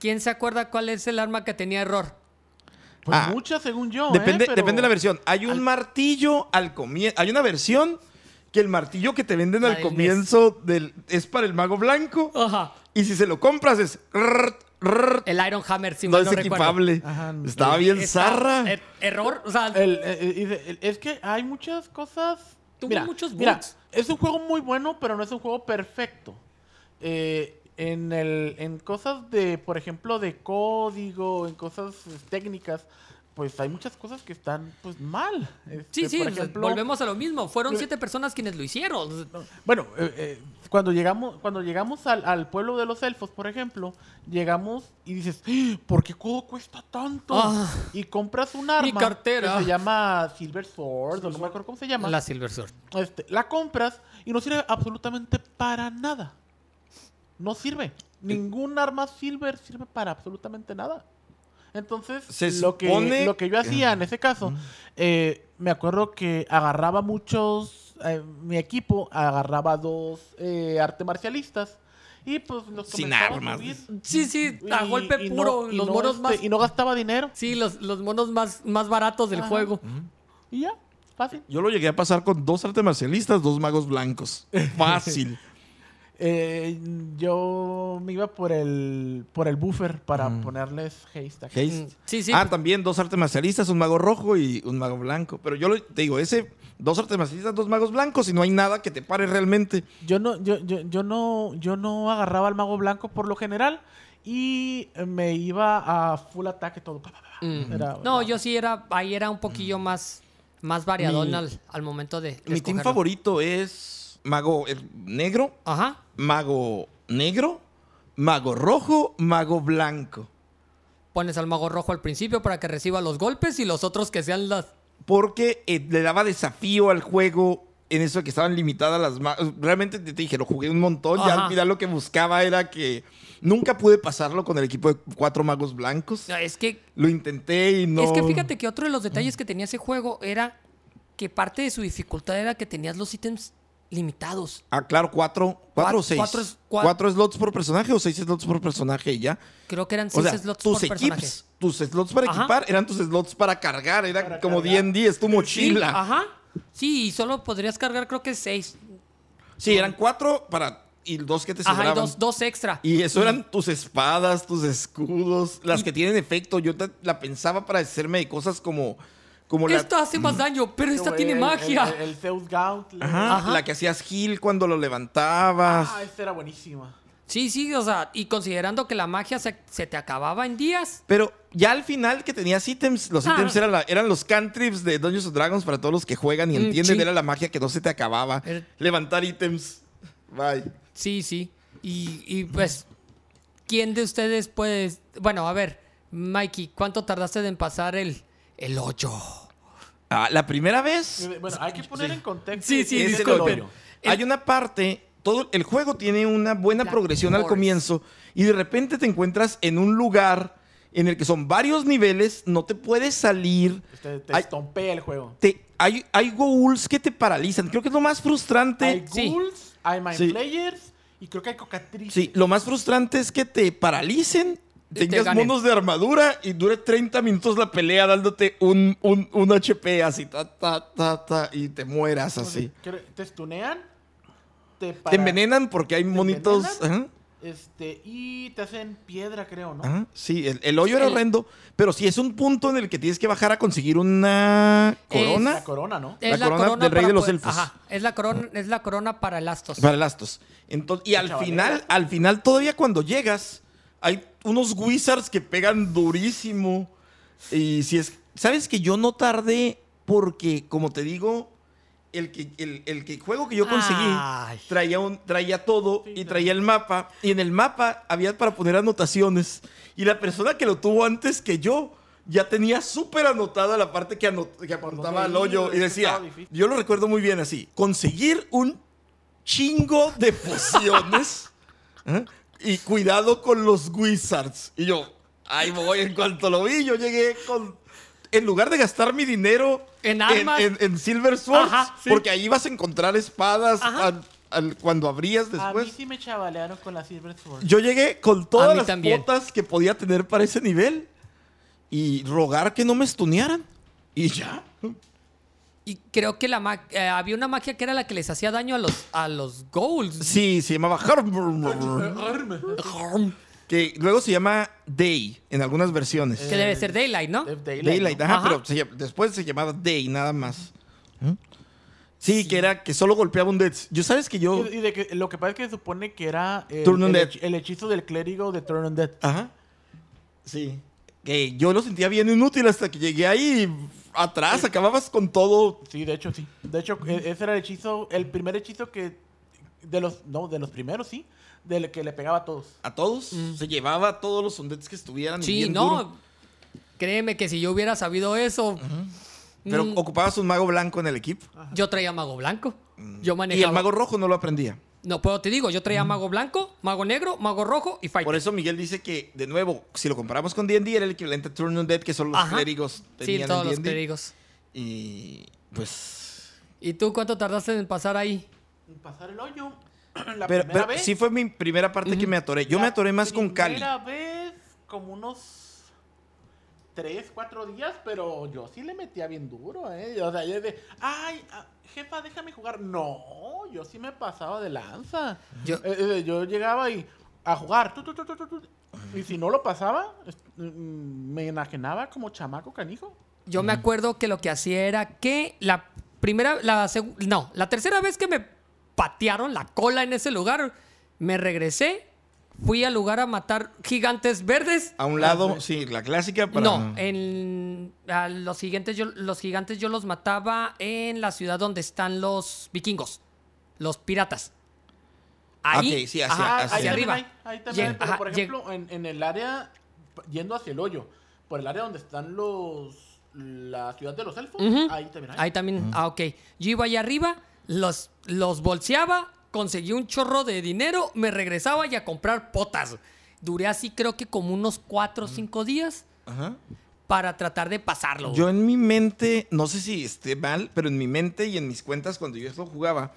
[SPEAKER 1] ¿Quién se acuerda cuál es el arma que tenía error?
[SPEAKER 3] Pues
[SPEAKER 2] Ah.
[SPEAKER 3] muchas, según yo.
[SPEAKER 2] Depende,
[SPEAKER 3] ¿eh? Pero-
[SPEAKER 2] depende de la versión. Hay un martillo al comienzo. Hay una versión que el martillo que te venden
[SPEAKER 1] La
[SPEAKER 2] al
[SPEAKER 1] del NES.
[SPEAKER 2] comienzo del, es para el mago blanco.
[SPEAKER 1] Ajá.
[SPEAKER 2] Y si se lo compras es. rrrt, rrrt.
[SPEAKER 1] El Iron Hammer, si
[SPEAKER 2] no
[SPEAKER 1] mal
[SPEAKER 2] es
[SPEAKER 1] no recuerdo.
[SPEAKER 2] equipable.
[SPEAKER 3] Eh, Ajá, no.
[SPEAKER 2] Estaba bien
[SPEAKER 1] Está-
[SPEAKER 2] zarra.
[SPEAKER 1] er- error, o sea,
[SPEAKER 3] El- eh, eh, dice, el- es que hay muchas cosas.
[SPEAKER 1] Tuvo muchos
[SPEAKER 3] mira,
[SPEAKER 1] bugs.
[SPEAKER 3] es un juego muy bueno, pero no es un juego perfecto. Eh, en, el, en cosas de, por ejemplo, de código, en cosas eh, técnicas, pues hay muchas cosas que están pues mal.
[SPEAKER 1] sí,
[SPEAKER 3] Este,
[SPEAKER 1] sí,
[SPEAKER 3] por
[SPEAKER 1] o sea,
[SPEAKER 3] ejemplo,
[SPEAKER 1] volvemos a lo mismo. Fueron
[SPEAKER 3] Yo-
[SPEAKER 1] siete personas quienes lo hicieron.
[SPEAKER 3] Bueno, eh, eh, cuando llegamos, cuando llegamos al, al pueblo de los elfos, por ejemplo, llegamos y dices, "Ah, ¿por qué codo cuesta tanto?
[SPEAKER 1] Ah.
[SPEAKER 3] y compras un arma
[SPEAKER 1] cartera.
[SPEAKER 3] que se llama Silver Sword, o no me acuerdo cómo se llama.
[SPEAKER 1] La Silver Sword.
[SPEAKER 3] Este, la compras y no sirve absolutamente para nada. No sirve.
[SPEAKER 2] Eh,
[SPEAKER 3] Ningún arma silver sirve para absolutamente nada. Entonces,
[SPEAKER 2] Se
[SPEAKER 3] lo, que,
[SPEAKER 2] supone-
[SPEAKER 3] lo que yo hacía en ese caso, eh, me acuerdo que agarraba muchos, eh, mi equipo agarraba dos eh, arte marcialistas y pues los
[SPEAKER 2] Sin
[SPEAKER 3] comenzaba a
[SPEAKER 2] armas.
[SPEAKER 3] subir.
[SPEAKER 1] Sí, sí, a
[SPEAKER 3] Y-
[SPEAKER 1] golpe
[SPEAKER 3] y no-
[SPEAKER 1] puro.
[SPEAKER 3] y
[SPEAKER 1] los
[SPEAKER 3] no,
[SPEAKER 1] monos
[SPEAKER 3] este,
[SPEAKER 1] más.
[SPEAKER 3] Y no gastaba dinero.
[SPEAKER 1] Sí, los, los monos más, más baratos del
[SPEAKER 3] Ajá.
[SPEAKER 1] juego.
[SPEAKER 2] Mm.
[SPEAKER 3] Y ya, fácil.
[SPEAKER 2] Yo lo llegué a pasar con dos artes marcialistas, dos magos blancos. Fácil.
[SPEAKER 3] Eh, yo me iba por el por el buffer para
[SPEAKER 2] Mm.
[SPEAKER 3] ponerles haste. aquí.
[SPEAKER 2] Haste.
[SPEAKER 1] Mm, sí, sí.
[SPEAKER 2] Ah, también dos artes marcialistas, un mago rojo y un mago blanco. Pero yo lo- te digo, ese, dos artes marcialistas, dos magos blancos y no hay nada que te pare realmente.
[SPEAKER 3] Yo no yo, yo, yo no yo no agarraba al mago blanco por lo general y me iba a full ataque todo. Pa, pa, pa, pa.
[SPEAKER 1] Mm.
[SPEAKER 3] Era-
[SPEAKER 1] No,
[SPEAKER 3] era-
[SPEAKER 1] yo sí era. Ahí era un poquillo más, más variadón
[SPEAKER 2] Mm. Mi-
[SPEAKER 1] al, al momento de.
[SPEAKER 2] Mi team
[SPEAKER 1] escogerlo.
[SPEAKER 2] favorito es mago eh, negro,
[SPEAKER 1] Ajá.
[SPEAKER 2] mago negro, mago rojo, mago blanco.
[SPEAKER 1] Pones al mago rojo al principio para que reciba los golpes y los otros que sean las.
[SPEAKER 2] Porque eh, le daba desafío al juego en eso de que estaban limitadas las ma- Realmente te, te dije, lo jugué un montón. Ya
[SPEAKER 1] Ajá.
[SPEAKER 2] al final lo que buscaba era que nunca pude pasarlo con el equipo de cuatro magos blancos.
[SPEAKER 1] Es que
[SPEAKER 2] Lo intenté y no. Mm.
[SPEAKER 1] Es que fíjate que otro de los detalles que tenía ese juego era que parte de su dificultad era que tenías los ítems limitados.
[SPEAKER 2] Ah, claro, cuatro. ¿Cuatro o seis?
[SPEAKER 1] cuatro es- cua-
[SPEAKER 2] Cuatro slots por personaje o seis slots por personaje y ya.
[SPEAKER 1] Creo que eran
[SPEAKER 2] O
[SPEAKER 1] seis
[SPEAKER 2] sea,
[SPEAKER 1] slots
[SPEAKER 2] tus
[SPEAKER 1] por
[SPEAKER 2] equipos,
[SPEAKER 1] personaje.
[SPEAKER 2] tus slots para
[SPEAKER 1] Ajá.
[SPEAKER 2] equipar eran tus slots para cargar. Era
[SPEAKER 3] Para
[SPEAKER 2] como
[SPEAKER 3] cargar.
[SPEAKER 2] D&D, es tu mochila.
[SPEAKER 1] Sí, ajá. Sí, y solo podrías cargar creo que seis.
[SPEAKER 2] Sí, eran cuatro para y dos que te
[SPEAKER 1] Ajá, y
[SPEAKER 2] sobraban.
[SPEAKER 1] dos, dos extra.
[SPEAKER 2] Y eso eran tus espadas, tus escudos, las que tienen efecto. Yo te- la pensaba para hacerme de cosas como, como la, Mm.
[SPEAKER 1] Esta hace más daño, pero esta
[SPEAKER 3] Como
[SPEAKER 1] tiene
[SPEAKER 3] el-
[SPEAKER 1] magia.
[SPEAKER 3] El, el Zeus Gauntlet.
[SPEAKER 2] Ajá,
[SPEAKER 1] Ajá.
[SPEAKER 2] la que hacías heal cuando lo levantabas.
[SPEAKER 3] Ah, esta era buenísima.
[SPEAKER 1] Sí, sí, o sea, y considerando que la magia se, se te acababa en días.
[SPEAKER 2] Pero ya al final que tenías ítems, los
[SPEAKER 1] Ah.
[SPEAKER 2] ítems eran, la- eran los cantrips de Dungeons and Dragons para todos los que juegan y
[SPEAKER 1] Mm,
[SPEAKER 2] entienden.
[SPEAKER 1] sí.
[SPEAKER 2] Era la magia que no se te acababa.
[SPEAKER 1] Er-
[SPEAKER 2] Levantar ítems. Bye.
[SPEAKER 1] Sí, sí. Y, y, pues, ¿quién de ustedes puede...? Bueno, a ver, Mikey, ¿cuánto tardaste en pasar el, el hoyo?
[SPEAKER 2] Ah, la primera vez.
[SPEAKER 3] Bueno, hay que poner en contexto.
[SPEAKER 1] Sí, sí,
[SPEAKER 3] qué es el
[SPEAKER 1] disculpen.
[SPEAKER 3] hoyo.
[SPEAKER 1] El-
[SPEAKER 2] Hay una parte, todo el juego tiene una buena
[SPEAKER 1] Black
[SPEAKER 2] progresión al
[SPEAKER 1] Forest.
[SPEAKER 2] comienzo y de repente te encuentras en un lugar en el que son varios niveles, no te puedes salir.
[SPEAKER 3] Te, te
[SPEAKER 2] Ay.
[SPEAKER 3] estompea el juego.
[SPEAKER 2] Te, hay, hay goals que te paralizan. Creo que es lo más frustrante.
[SPEAKER 3] Hay
[SPEAKER 1] Sí.
[SPEAKER 3] ghouls, hay mind
[SPEAKER 2] Sí.
[SPEAKER 3] players y creo que hay cocatrices.
[SPEAKER 2] Sí, lo más frustrante es que te paralicen,
[SPEAKER 1] Y te
[SPEAKER 2] tengas
[SPEAKER 1] ganen.
[SPEAKER 2] monos de armadura y dure 30 minutos la pelea dándote un, un, un HP así, ta, ta, ta, ta, y te mueras así.
[SPEAKER 3] Creo- Te stunean, te,
[SPEAKER 2] Te
[SPEAKER 3] para-
[SPEAKER 2] envenenan porque hay monitos.
[SPEAKER 3] envenenan?
[SPEAKER 2] ajá,
[SPEAKER 3] Este, y te hacen piedra, creo, ¿no?
[SPEAKER 2] ajá. Ah, Sí, el, el hoyo era
[SPEAKER 1] El-
[SPEAKER 2] horrendo, pero sí es un punto en el que tienes que bajar a conseguir una corona
[SPEAKER 3] La corona, ¿no?
[SPEAKER 2] La corona del rey
[SPEAKER 1] para
[SPEAKER 2] de los
[SPEAKER 1] poder-
[SPEAKER 2] elfos.
[SPEAKER 1] Ajá, es la corona, es la corona para el Astos.
[SPEAKER 2] para Lastos. Entonces, y al
[SPEAKER 3] Chavalera.
[SPEAKER 2] final, al final todavía cuando llegas, hay unos wizards que pegan durísimo. Y si es, sabes que yo no tardé porque, como te digo, el que el, el que juego que yo conseguí
[SPEAKER 1] Ay.
[SPEAKER 2] traía un traía todo y traía el mapa y en el mapa había para poner anotaciones y la persona que lo tuvo antes que yo ya tenía súper anotada la parte que, anot- que apuntaba
[SPEAKER 3] dónde
[SPEAKER 2] al
[SPEAKER 3] ir,
[SPEAKER 2] hoyo y
[SPEAKER 3] eso
[SPEAKER 2] decía,
[SPEAKER 3] estaba difícil.
[SPEAKER 2] yo lo recuerdo muy bien así, conseguir un chingo de pociones ¿eh? y cuidado con los wizards. Y yo, ahí voy, en cuanto lo vi, yo llegué con... En lugar de gastar mi dinero
[SPEAKER 1] En armas.
[SPEAKER 2] en, en Silver Swords,
[SPEAKER 1] Ajá, sí.
[SPEAKER 2] porque ahí vas a encontrar espadas
[SPEAKER 1] Ajá.
[SPEAKER 2] al- al- cuando abrías
[SPEAKER 3] A mí
[SPEAKER 2] después.
[SPEAKER 3] sí me chavalearon con la Silver Sword.
[SPEAKER 2] Yo llegué con
[SPEAKER 1] A
[SPEAKER 2] todas
[SPEAKER 1] mí
[SPEAKER 2] las
[SPEAKER 1] también.
[SPEAKER 2] botas que podía tener para ese nivel y rogar que no me estunearan. Y ya.
[SPEAKER 1] Y creo que la ma- eh, había una magia que era la que les hacía daño a los, a los goals.
[SPEAKER 2] Sí, se llamaba Harm. Que luego se llama Day en algunas versiones.
[SPEAKER 1] Que debe ser Daylight, ¿no?
[SPEAKER 2] Eh,
[SPEAKER 3] Dev Daylight,
[SPEAKER 2] Daylight,
[SPEAKER 1] ¿no?
[SPEAKER 2] ajá,
[SPEAKER 1] Ajá.
[SPEAKER 2] pero se llam- después se llamaba Day, nada más. ¿Mm? Sí, que era que solo golpeaba un dead. Yo sabes que yo.
[SPEAKER 3] ¿no? Y, y de que, lo que pasa es que se supone que era el,
[SPEAKER 2] Turn
[SPEAKER 3] el,
[SPEAKER 2] Undead.
[SPEAKER 3] hech- el hechizo del clérigo de Turn Undead.
[SPEAKER 2] Ajá. Sí. Que yo lo sentía bien inútil hasta que llegué ahí y atrás, acababas con todo.
[SPEAKER 3] Sí, de hecho, sí. De hecho, e- ese era el hechizo, el primer hechizo que. De los, no, de los primeros, sí. Del que le pegaba a todos.
[SPEAKER 2] A todos. Se llevaba a todos los undeads que estuvieran. y
[SPEAKER 1] Mm. Sí,
[SPEAKER 2] bien
[SPEAKER 1] no.
[SPEAKER 2] duro.
[SPEAKER 1] Créeme que si yo hubiera sabido eso,
[SPEAKER 2] Pero
[SPEAKER 1] Mm.
[SPEAKER 2] ocupabas un mago blanco en el equipo.
[SPEAKER 1] yo traía mago blanco. Yo manejaba.
[SPEAKER 2] Mm. Y el mago rojo no lo aprendía.
[SPEAKER 1] No puedo, te digo, yo traía mago blanco, mago negro, mago rojo y fighter.
[SPEAKER 2] Por eso Miguel dice que, de nuevo, si lo comparamos con D&D, era el equivalente a Turn Undead, que son los
[SPEAKER 1] Ajá.
[SPEAKER 2] clérigos
[SPEAKER 1] sí,
[SPEAKER 2] tenían en
[SPEAKER 1] todos los
[SPEAKER 2] D&D.
[SPEAKER 1] clérigos.
[SPEAKER 2] Y pues
[SPEAKER 1] ¿Y tú cuánto tardaste en pasar ahí?
[SPEAKER 3] Pasar el hoyo. La
[SPEAKER 2] pero,
[SPEAKER 3] primera
[SPEAKER 2] pero
[SPEAKER 3] vez.
[SPEAKER 2] sí fue mi primera parte que me atoré. Yo me
[SPEAKER 3] La
[SPEAKER 2] atoré más con Cali.
[SPEAKER 3] Primera vez, como unos tres, cuatro días, pero yo sí le metía bien duro, ¿eh? O sea, yo de, ay, ah, jefa, déjame jugar. No, yo sí me pasaba de lanza.
[SPEAKER 1] Yo-
[SPEAKER 3] Yo, yo llegaba y a jugar. tu, tu, tu, tu, tu, tu, y si no lo pasaba, es- mm, me enajenaba como chamaco canijo.
[SPEAKER 1] Yo me acuerdo que lo que hacía era que la primera, la seg- no, la tercera vez que me patearon la cola en ese lugar, me regresé, fui al lugar a matar gigantes verdes.
[SPEAKER 2] A un lado, sí, la clásica Ah, para
[SPEAKER 1] No, eh, en, a los, gigantes yo, los gigantes yo los mataba en la ciudad donde están los vikingos, los piratas. Ahí,
[SPEAKER 2] Ah, Ok, sí, hacia-
[SPEAKER 1] ajá,
[SPEAKER 2] hacia-
[SPEAKER 1] hacia arriba.
[SPEAKER 3] también hay- Ah, ahí también,
[SPEAKER 1] Lleg-
[SPEAKER 3] pero
[SPEAKER 1] ajá,
[SPEAKER 3] por
[SPEAKER 1] lleg-
[SPEAKER 3] ejemplo, en, en el área, p- yendo hacia el hoyo, por el área donde están los. La ciudad de los elfos,
[SPEAKER 1] Ujú.
[SPEAKER 3] ahí también hay.
[SPEAKER 1] Ahí también, ah, ok. Yo iba allá arriba, los, los bolseaba, conseguí un chorro de dinero, me regresaba y a comprar potas. Duré así creo que como unos 4 o 5 días
[SPEAKER 2] Ajá.
[SPEAKER 1] para tratar de pasarlo.
[SPEAKER 2] Yo en mi mente, no sé si esté mal, pero en mi mente y en mis cuentas cuando yo lo jugaba,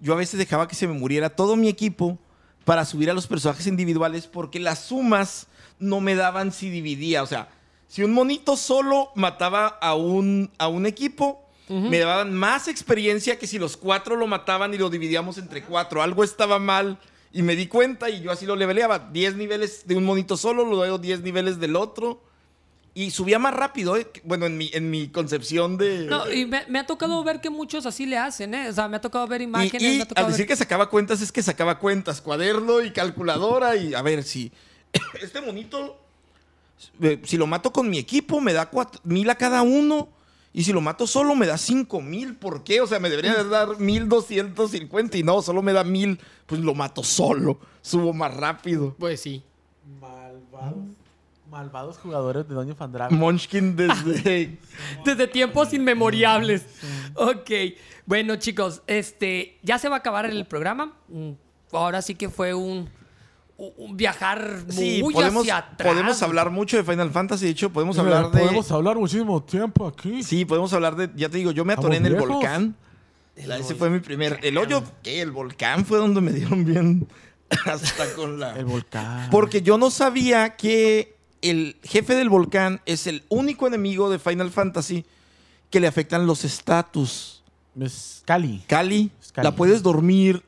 [SPEAKER 2] yo a veces dejaba que se me muriera todo mi equipo para subir a los personajes individuales porque las sumas no me daban si dividía. O sea, si un monito solo mataba a un, a un equipo, me daban más experiencia que si los cuatro lo mataban y lo dividíamos entre cuatro. Algo estaba mal y me di cuenta y yo así lo leveleaba. 10 niveles de un monito solo, luego 10 niveles del otro. Y subía más rápido, ¿eh? bueno, en mi, en mi concepción de...
[SPEAKER 1] No, y me, me ha tocado ver que muchos así le hacen, ¿eh? O sea, me ha tocado ver
[SPEAKER 2] Y-
[SPEAKER 1] imágenes.
[SPEAKER 2] Y,
[SPEAKER 1] me ha tocado
[SPEAKER 2] al decir
[SPEAKER 1] ver-
[SPEAKER 2] que sacaba cuentas es que sacaba cuentas, cuaderno y calculadora y a ver si este monito, eh, si lo mato con mi equipo me da cuatro mil a cada uno y si lo mato solo me da cinco mil, ¿por qué? O sea, me debería de dar mil doscientos cincuenta y no, solo me da mil, pues lo mato solo, subo más rápido.
[SPEAKER 1] Pues sí.
[SPEAKER 3] Malvados. Mm. Malvados jugadores de Doña Fandrago.
[SPEAKER 2] Munchkin desde...
[SPEAKER 1] Desde tiempos inmemoriables. Ok. Bueno, chicos, este ya se va a acabar el programa. Mm, Ahora sí que fue un, un viajar muy
[SPEAKER 2] sí, podemos,
[SPEAKER 1] hacia atrás.
[SPEAKER 2] podemos hablar mucho de Final Fantasy, de hecho, podemos hablar de...
[SPEAKER 5] Podemos hablar muchísimo tiempo aquí.
[SPEAKER 2] Sí, podemos hablar de. Ya te digo, yo me
[SPEAKER 5] Estamos
[SPEAKER 2] atoré en el
[SPEAKER 5] viejos.
[SPEAKER 2] volcán. La- ese fue mi primer. El hoyo, ¿qué? El volcán fue donde me dieron bien. Hasta con
[SPEAKER 3] El
[SPEAKER 2] la.
[SPEAKER 3] volcán.
[SPEAKER 2] Porque yo no sabía que el jefe del volcán es el único enemigo de Final Fantasy que le afectan los estatus.
[SPEAKER 3] Es Cali.
[SPEAKER 2] Cali,
[SPEAKER 3] Es Cali.
[SPEAKER 2] la puedes dormir,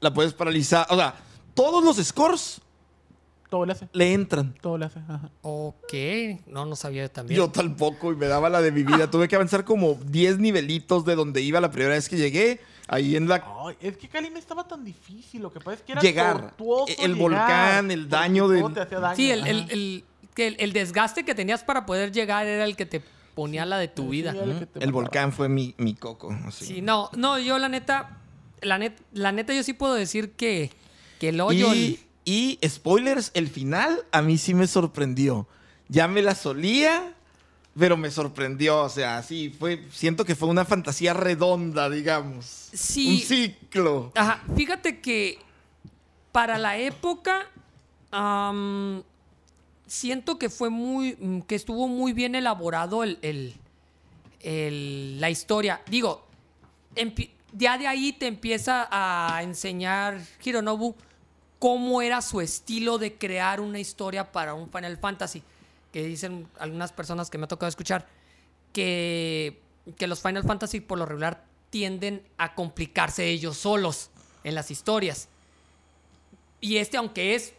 [SPEAKER 2] la puedes paralizar. O sea, todos los scores
[SPEAKER 3] Todo le hace.
[SPEAKER 2] le entran.
[SPEAKER 3] Todo le hace. Ajá.
[SPEAKER 1] Ok. No, no sabía también.
[SPEAKER 2] Yo tampoco, y me daba la de mi vida. Tuve que avanzar como 10 nivelitos de donde iba la primera vez que llegué. Ahí en la
[SPEAKER 3] Ay, es que Cali no estaba tan difícil. Lo que pasa es que era
[SPEAKER 2] Llegar.
[SPEAKER 3] tortuoso
[SPEAKER 2] El
[SPEAKER 3] llegar,
[SPEAKER 2] volcán, el
[SPEAKER 3] porque
[SPEAKER 2] daño
[SPEAKER 3] todo
[SPEAKER 2] del-
[SPEAKER 3] te hacía daño.
[SPEAKER 1] Sí, el, el-
[SPEAKER 3] Ajá.
[SPEAKER 1] el- que el- el desgaste que tenías para poder llegar era el que te ponía la de tu vida.
[SPEAKER 3] Sí, era que te
[SPEAKER 2] El
[SPEAKER 3] mataba.
[SPEAKER 2] volcán fue mi, mi coco. así.
[SPEAKER 1] Sí, no, no, yo la neta, la, net- la neta yo sí puedo decir que, que el hoyo...
[SPEAKER 2] y, y, spoilers, el final a mí sí me sorprendió. Ya me la solía, pero me sorprendió. O sea, sí, fue, siento que fue una fantasía redonda, digamos.
[SPEAKER 1] Sí.
[SPEAKER 2] Un ciclo.
[SPEAKER 1] Ajá, fíjate que para la época am, siento que fue muy, mm, que estuvo muy bien elaborado el, el- el- la historia. Digo, empi- ya de ahí te empieza a enseñar Hironobu cómo era su estilo de crear una historia para un Final Fantasy. Que dicen algunas personas que me ha tocado escuchar que, que los Final Fantasy por lo regular tienden a complicarse ellos solos en las historias. Y este, aunque es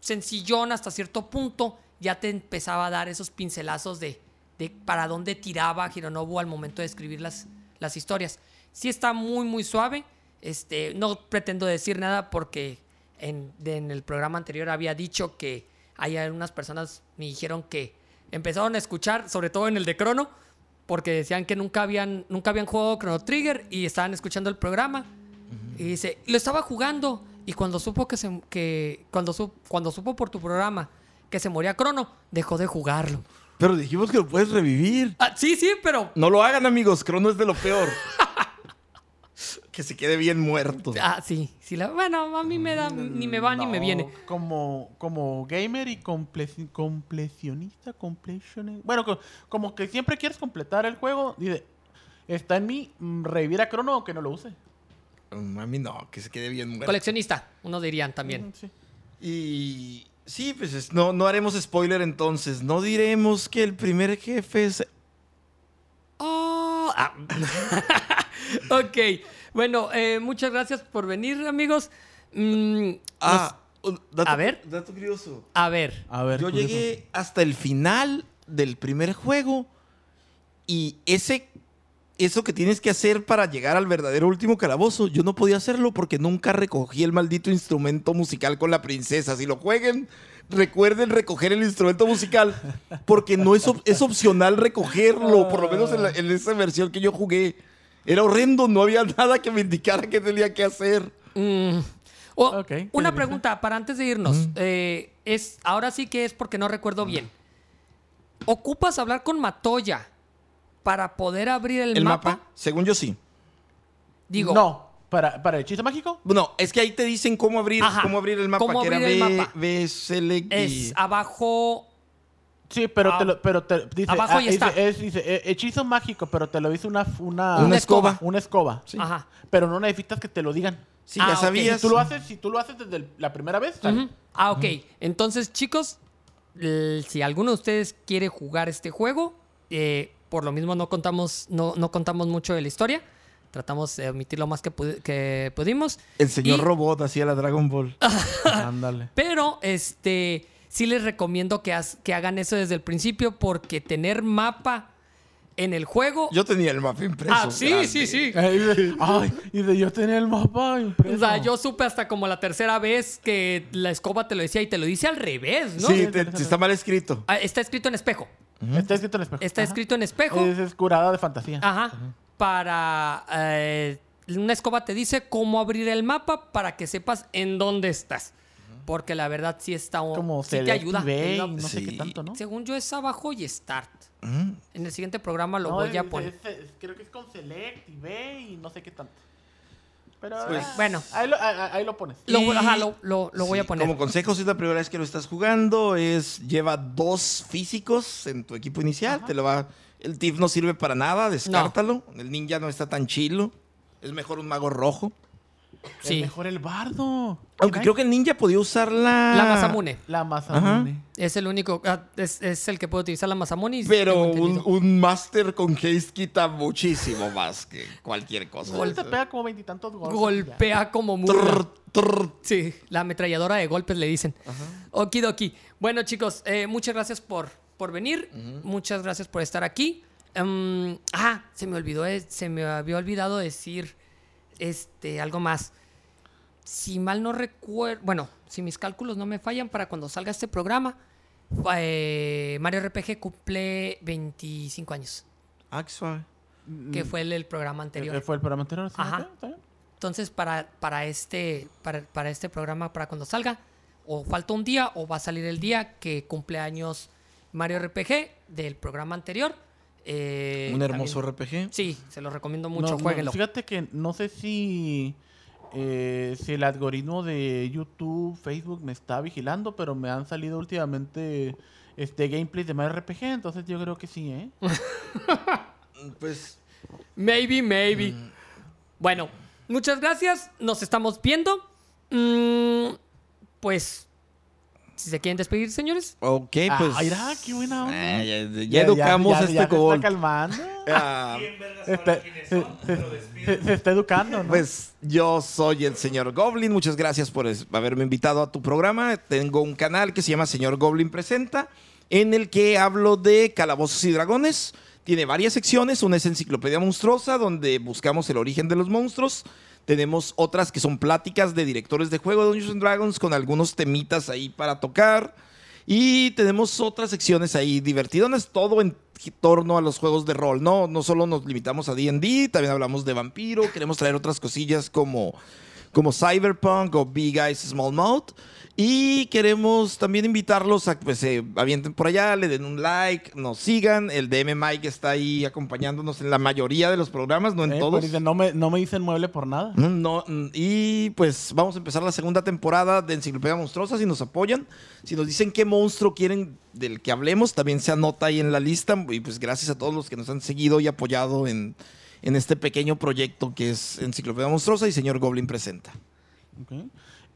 [SPEAKER 1] sencillón hasta cierto punto, ya te empezaba a dar esos pincelazos de, de para dónde tiraba Hironobu al momento de escribir las, las historias. Sí está muy, muy suave. Este, no pretendo decir nada porque en, de- en el programa anterior había dicho que hay algunas personas me dijeron que empezaron a escuchar, sobre todo en el de Crono, porque decían que nunca habían, nunca habían jugado Chrono Trigger y estaban escuchando el programa. Y dice, lo estaba jugando. Y cuando supo que se que cuando su- cuando supo por tu programa que se moría Crono, dejó de jugarlo.
[SPEAKER 2] Pero dijimos que lo puedes revivir.
[SPEAKER 1] Ah, sí, sí, pero
[SPEAKER 2] No lo hagan, amigos. Crono es de lo peor. que se quede bien muerto.
[SPEAKER 1] ah, sí, sí la- bueno, a mí me da ni me va ni me
[SPEAKER 3] No,
[SPEAKER 1] viene.
[SPEAKER 3] Como, como gamer y comple- completionista, completionista. Bueno, co- como que siempre quieres completar el juego. Dice, está en mí mm, revivir a Crono o que no lo use.
[SPEAKER 2] Mami, no, que se quede bien muerto.
[SPEAKER 1] Coleccionista, uno dirían también.
[SPEAKER 3] Sí.
[SPEAKER 2] Y sí, pues es- no, no haremos spoiler entonces. No diremos que el primer jefe es...
[SPEAKER 1] Oh, ah. ok. Bueno, eh, muchas gracias por venir, amigos. Mm,
[SPEAKER 2] Ah, un dato-
[SPEAKER 1] a ver.
[SPEAKER 2] Dato curioso.
[SPEAKER 1] nos- a ver.
[SPEAKER 3] A ver,
[SPEAKER 2] Yo
[SPEAKER 3] curioso.
[SPEAKER 2] llegué hasta el final del primer juego y ese... Eso que tienes que hacer para llegar al verdadero último calabozo, yo no podía hacerlo porque nunca recogí el maldito instrumento musical con la princesa. Si lo jueguen, recuerden recoger el instrumento musical porque no es, op- es opcional recogerlo, por lo menos en, la- en esa versión que yo jugué. Era horrendo, no había nada que me indicara qué tenía que hacer.
[SPEAKER 1] Mm. O-
[SPEAKER 3] Ok,
[SPEAKER 1] una
[SPEAKER 3] Federico.
[SPEAKER 1] pregunta para antes de irnos. Eh, es, ahora sí que es porque no recuerdo bien. ¿Ocupas hablar con Matoya para poder abrir el,
[SPEAKER 2] El
[SPEAKER 1] mapa?
[SPEAKER 2] mapa, según yo sí.
[SPEAKER 1] Digo,
[SPEAKER 3] No, para, para el chiste mágico.
[SPEAKER 2] No, es que ahí te dicen cómo abrir,
[SPEAKER 1] Ajá.
[SPEAKER 2] cómo abrir el mapa.
[SPEAKER 1] Cómo
[SPEAKER 2] que era
[SPEAKER 1] abrir el
[SPEAKER 2] B-
[SPEAKER 1] mapa.
[SPEAKER 2] B, select y-
[SPEAKER 1] es ah, abajo.
[SPEAKER 3] Sí, pero
[SPEAKER 1] Ah,
[SPEAKER 3] te lo, pero te dice,
[SPEAKER 1] abajo
[SPEAKER 3] ah,
[SPEAKER 1] ya está.
[SPEAKER 3] dice, es- dice, eh, hechizo mágico, pero te lo dice una una
[SPEAKER 2] Una
[SPEAKER 1] escoba.
[SPEAKER 2] escoba.
[SPEAKER 3] una escoba.
[SPEAKER 2] Sí.
[SPEAKER 1] Ajá.
[SPEAKER 3] Pero no necesitas que te lo digan.
[SPEAKER 2] Sí,
[SPEAKER 1] Ah,
[SPEAKER 2] ya
[SPEAKER 1] ok.
[SPEAKER 2] sabías.
[SPEAKER 3] Si tú lo haces, si tú lo haces desde el- la primera vez, sale.
[SPEAKER 1] Ujú. Ah, ok. Entonces, chicos, l- si alguno de ustedes quiere jugar este juego, eh, por lo mismo no contamos, no, no contamos mucho de la historia. Tratamos de omitir lo más que, pu- que pudimos.
[SPEAKER 2] El señor
[SPEAKER 1] Y-
[SPEAKER 2] robot hacía la Dragon Ball.
[SPEAKER 3] Ándale.
[SPEAKER 1] Pero este sí les recomiendo que, haz- que hagan eso desde el principio porque tener mapa en el juego...
[SPEAKER 2] Yo tenía el mapa impreso.
[SPEAKER 1] ah, sí,
[SPEAKER 2] grande.
[SPEAKER 1] sí, sí.
[SPEAKER 3] Ay, de- ay, y de yo tenía el mapa impreso.
[SPEAKER 1] O sea, yo supe hasta como la tercera vez que la escoba te lo decía y te lo dice al revés, ¿no?
[SPEAKER 2] Sí, te- sí, está mal escrito.
[SPEAKER 1] Ah, Está escrito en espejo.
[SPEAKER 3] Está escrito en espejo.
[SPEAKER 1] Está
[SPEAKER 3] Ajá.
[SPEAKER 1] escrito en espejo. Ah,
[SPEAKER 3] Es, es curada de fantasía.
[SPEAKER 1] Ajá. Para. eh, una escoba te dice cómo abrir el mapa para que sepas en dónde estás. Porque la verdad sí está.
[SPEAKER 3] Como
[SPEAKER 1] sí
[SPEAKER 3] se
[SPEAKER 1] te ayuda.
[SPEAKER 3] Ve y
[SPEAKER 1] Es la-
[SPEAKER 3] no sé
[SPEAKER 2] Sí.
[SPEAKER 3] qué tanto, ¿no?
[SPEAKER 1] Según yo es abajo y start.
[SPEAKER 2] Ujú.
[SPEAKER 1] En el siguiente programa lo
[SPEAKER 3] No,
[SPEAKER 1] voy
[SPEAKER 3] es-
[SPEAKER 1] a
[SPEAKER 3] es-
[SPEAKER 1] poner.
[SPEAKER 3] es- es- creo que es con select y ve y no sé qué tanto. Pero
[SPEAKER 2] Pues-
[SPEAKER 3] ah,
[SPEAKER 1] Bueno.
[SPEAKER 3] Ahí lo, ah, ah, ahí lo pones.
[SPEAKER 1] Lo,
[SPEAKER 2] y-
[SPEAKER 1] ajá, lo, lo- lo voy
[SPEAKER 2] Sí,
[SPEAKER 1] a poner.
[SPEAKER 2] Como consejo, si es la primera vez que lo estás jugando, es lleva dos físicos en tu equipo inicial. Te lo va. El TIF no sirve para nada, descártalo. El ninja no está tan chilo. Es mejor un mago rojo.
[SPEAKER 1] sí.
[SPEAKER 3] Es mejor el bardo.
[SPEAKER 2] Aunque creo que el ninja podía usar la.
[SPEAKER 1] La Mazamune.
[SPEAKER 3] La masa
[SPEAKER 2] Ajá.
[SPEAKER 3] mune.
[SPEAKER 1] Es el único. ah, es, es el que puede utilizar la Mazamuni.
[SPEAKER 2] Pero
[SPEAKER 1] tengo
[SPEAKER 2] un,
[SPEAKER 1] entendido.
[SPEAKER 2] un master con haste quita muchísimo más que cualquier cosa.
[SPEAKER 3] Él te pega como veintitantos golpes. y ya.
[SPEAKER 1] Golpea como mula.
[SPEAKER 2] Trrr, trrr.
[SPEAKER 1] Sí, la ametralladora de golpes le dicen. Okidoki. Bueno, chicos, eh, muchas gracias por, por venir. Muchas gracias por estar aquí. Em, ah, se me olvidó, eh, se me había olvidado decir este, algo más. Si mal no recuerdo, bueno, si mis cálculos no me fallan para cuando salga este programa, fa- eh, Mario RPG cumple 25 años,
[SPEAKER 2] Ah, qué suave.
[SPEAKER 1] que fue el, el programa
[SPEAKER 3] Eh,
[SPEAKER 1] anterior.
[SPEAKER 3] Fue el programa anterior. ¿sí?
[SPEAKER 1] Ajá.
[SPEAKER 3] Ok, está bien.
[SPEAKER 1] Entonces, para, para, este, para, para este programa, para cuando salga, o falta un día o va a salir el día que cumple años Mario RPG del programa anterior. Eh,
[SPEAKER 2] Un hermoso
[SPEAKER 1] también-
[SPEAKER 2] RPG.
[SPEAKER 1] Sí, se lo recomiendo
[SPEAKER 3] No,
[SPEAKER 1] mucho,
[SPEAKER 3] no,
[SPEAKER 1] jueguenlo.
[SPEAKER 3] fíjate que no sé si, eh, si el algoritmo de YouTube, Facebook me está vigilando, pero me han salido últimamente este gameplays de más RPG, entonces yo creo que sí, ¿eh?
[SPEAKER 2] Pues
[SPEAKER 1] Maybe, maybe.
[SPEAKER 3] Mm.
[SPEAKER 1] Bueno, muchas gracias. Nos estamos viendo. Mm, pues, si se quieren despedir, señores.
[SPEAKER 2] Ok, pues.
[SPEAKER 3] Ah, mira, qué buena onda.
[SPEAKER 2] Ah, ya, ya educamos
[SPEAKER 3] ya-
[SPEAKER 2] a
[SPEAKER 3] ya
[SPEAKER 2] este
[SPEAKER 3] se está
[SPEAKER 2] cobol.
[SPEAKER 3] calmando.
[SPEAKER 2] Ah,
[SPEAKER 4] ¿Quién verga sabe
[SPEAKER 3] Está-
[SPEAKER 4] quiénes
[SPEAKER 3] se,
[SPEAKER 4] son?
[SPEAKER 3] se-
[SPEAKER 4] Pero
[SPEAKER 3] se-
[SPEAKER 4] despiden.
[SPEAKER 3] se está educando, ¿no?
[SPEAKER 2] Pues yo soy el señor Goblin. Muchas gracias por es- haberme invitado a tu programa. Tengo un canal que se llama Señor Goblin Presenta, en el que hablo de calabozos y dragones. Tiene varias secciones. Una es Enciclopedia Monstruosa, donde buscamos el origen de los monstruos. Tenemos otras que son pláticas de directores de juego de Dungeons and Dragons con algunos temitas ahí para tocar. Y tenemos otras secciones ahí divertidonas, todo en torno a los juegos de rol, ¿no? No solo nos limitamos a D&D, también hablamos de vampiro, queremos traer otras cosillas como, como Cyberpunk o Big Eyes Small Mouth. Y queremos también invitarlos a que pues, se avienten por allá, le den un like, nos sigan. El DM Mike está ahí acompañándonos en la mayoría de los programas, no en
[SPEAKER 3] Eh, pues
[SPEAKER 2] todos.
[SPEAKER 3] dice, no, me, no me dicen mueble por nada.
[SPEAKER 2] Mm, No, mm, y pues vamos a empezar la segunda temporada de Enciclopedia Monstruosa. Si nos apoyan, si nos dicen qué monstruo quieren del que hablemos, también se anota ahí en la lista. Y pues gracias a todos los que nos han seguido y apoyado en, en este pequeño proyecto que es Enciclopedia Monstruosa y Señor Goblin Presenta.
[SPEAKER 3] Ok.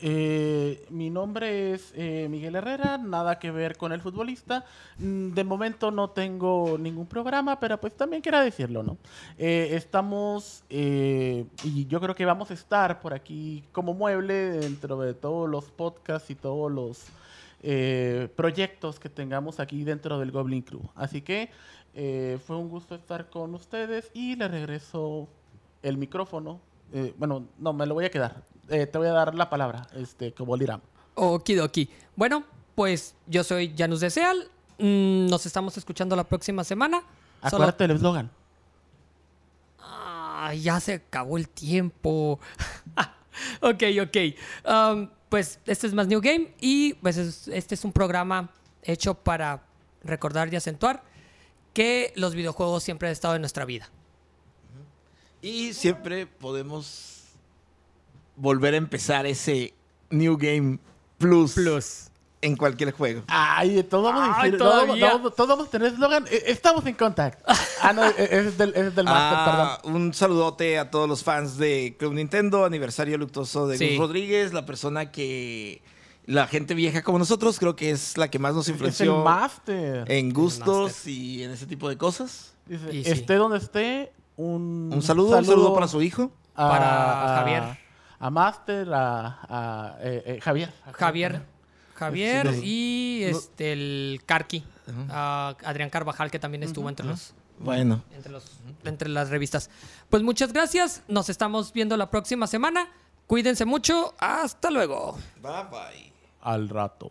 [SPEAKER 3] Eh, mi nombre es eh, Miguel Herrera, nada que ver con el futbolista. Mm, De momento no tengo ningún programa, pero pues también quiera decirlo, ¿no? Eh, estamos, eh, y yo creo que vamos a estar por aquí como mueble dentro de todos los podcasts y todos los eh, proyectos que tengamos aquí dentro del Goblin Crew. Así que eh, fue un gusto estar con ustedes y le regreso el micrófono. eh, bueno, no, me lo voy a quedar. Eh, te voy a dar la palabra, este, como dirán.
[SPEAKER 1] Okidoki. Bueno, pues yo soy Janus Deseal. Mm, nos estamos escuchando la próxima semana. Solo-
[SPEAKER 3] Acuérdate del eslogan.
[SPEAKER 1] Ah, ya se acabó el tiempo. ok, ok. Am, pues este es más New Game y pues es- este es un programa hecho para recordar y acentuar que los videojuegos siempre han estado en nuestra vida.
[SPEAKER 2] Y siempre podemos volver a empezar ese New Game Plus, en cualquier juego.
[SPEAKER 3] Ay, todos vamos a
[SPEAKER 1] Ay,
[SPEAKER 3] decir- todos vamos-
[SPEAKER 1] todavía.
[SPEAKER 3] todos- todos vamos a tener eslogan. Eh, Estamos en contact. Ah, no, eh, es del, es del Master, perdón.
[SPEAKER 2] Ah, Un saludote a todos los fans de Club Nintendo, aniversario luctuoso de
[SPEAKER 1] Sí.
[SPEAKER 2] Gus Rodríguez, la persona que la gente vieja como nosotros creo que es la que más nos
[SPEAKER 3] Es el
[SPEAKER 2] influenció Eh,
[SPEAKER 3] máster.
[SPEAKER 2] en gustos y en ese tipo de cosas.
[SPEAKER 3] Dice,
[SPEAKER 1] Y sí.
[SPEAKER 3] esté donde esté, un,
[SPEAKER 2] Un saludo, un saludo para su hijo.
[SPEAKER 3] a-
[SPEAKER 1] para
[SPEAKER 3] a-
[SPEAKER 1] Javier.
[SPEAKER 3] Ah, A Master, a, a, eh, eh, Javier.
[SPEAKER 1] Javier. Javier
[SPEAKER 2] Sí, no.
[SPEAKER 1] y este el Carqui, a Adrián Carvajal, que también estuvo entre los
[SPEAKER 2] Bueno.
[SPEAKER 1] entre los entre las revistas. Pues muchas gracias, nos estamos viendo la próxima semana. Cuídense mucho, hasta luego.
[SPEAKER 2] Bye bye.
[SPEAKER 3] Al rato.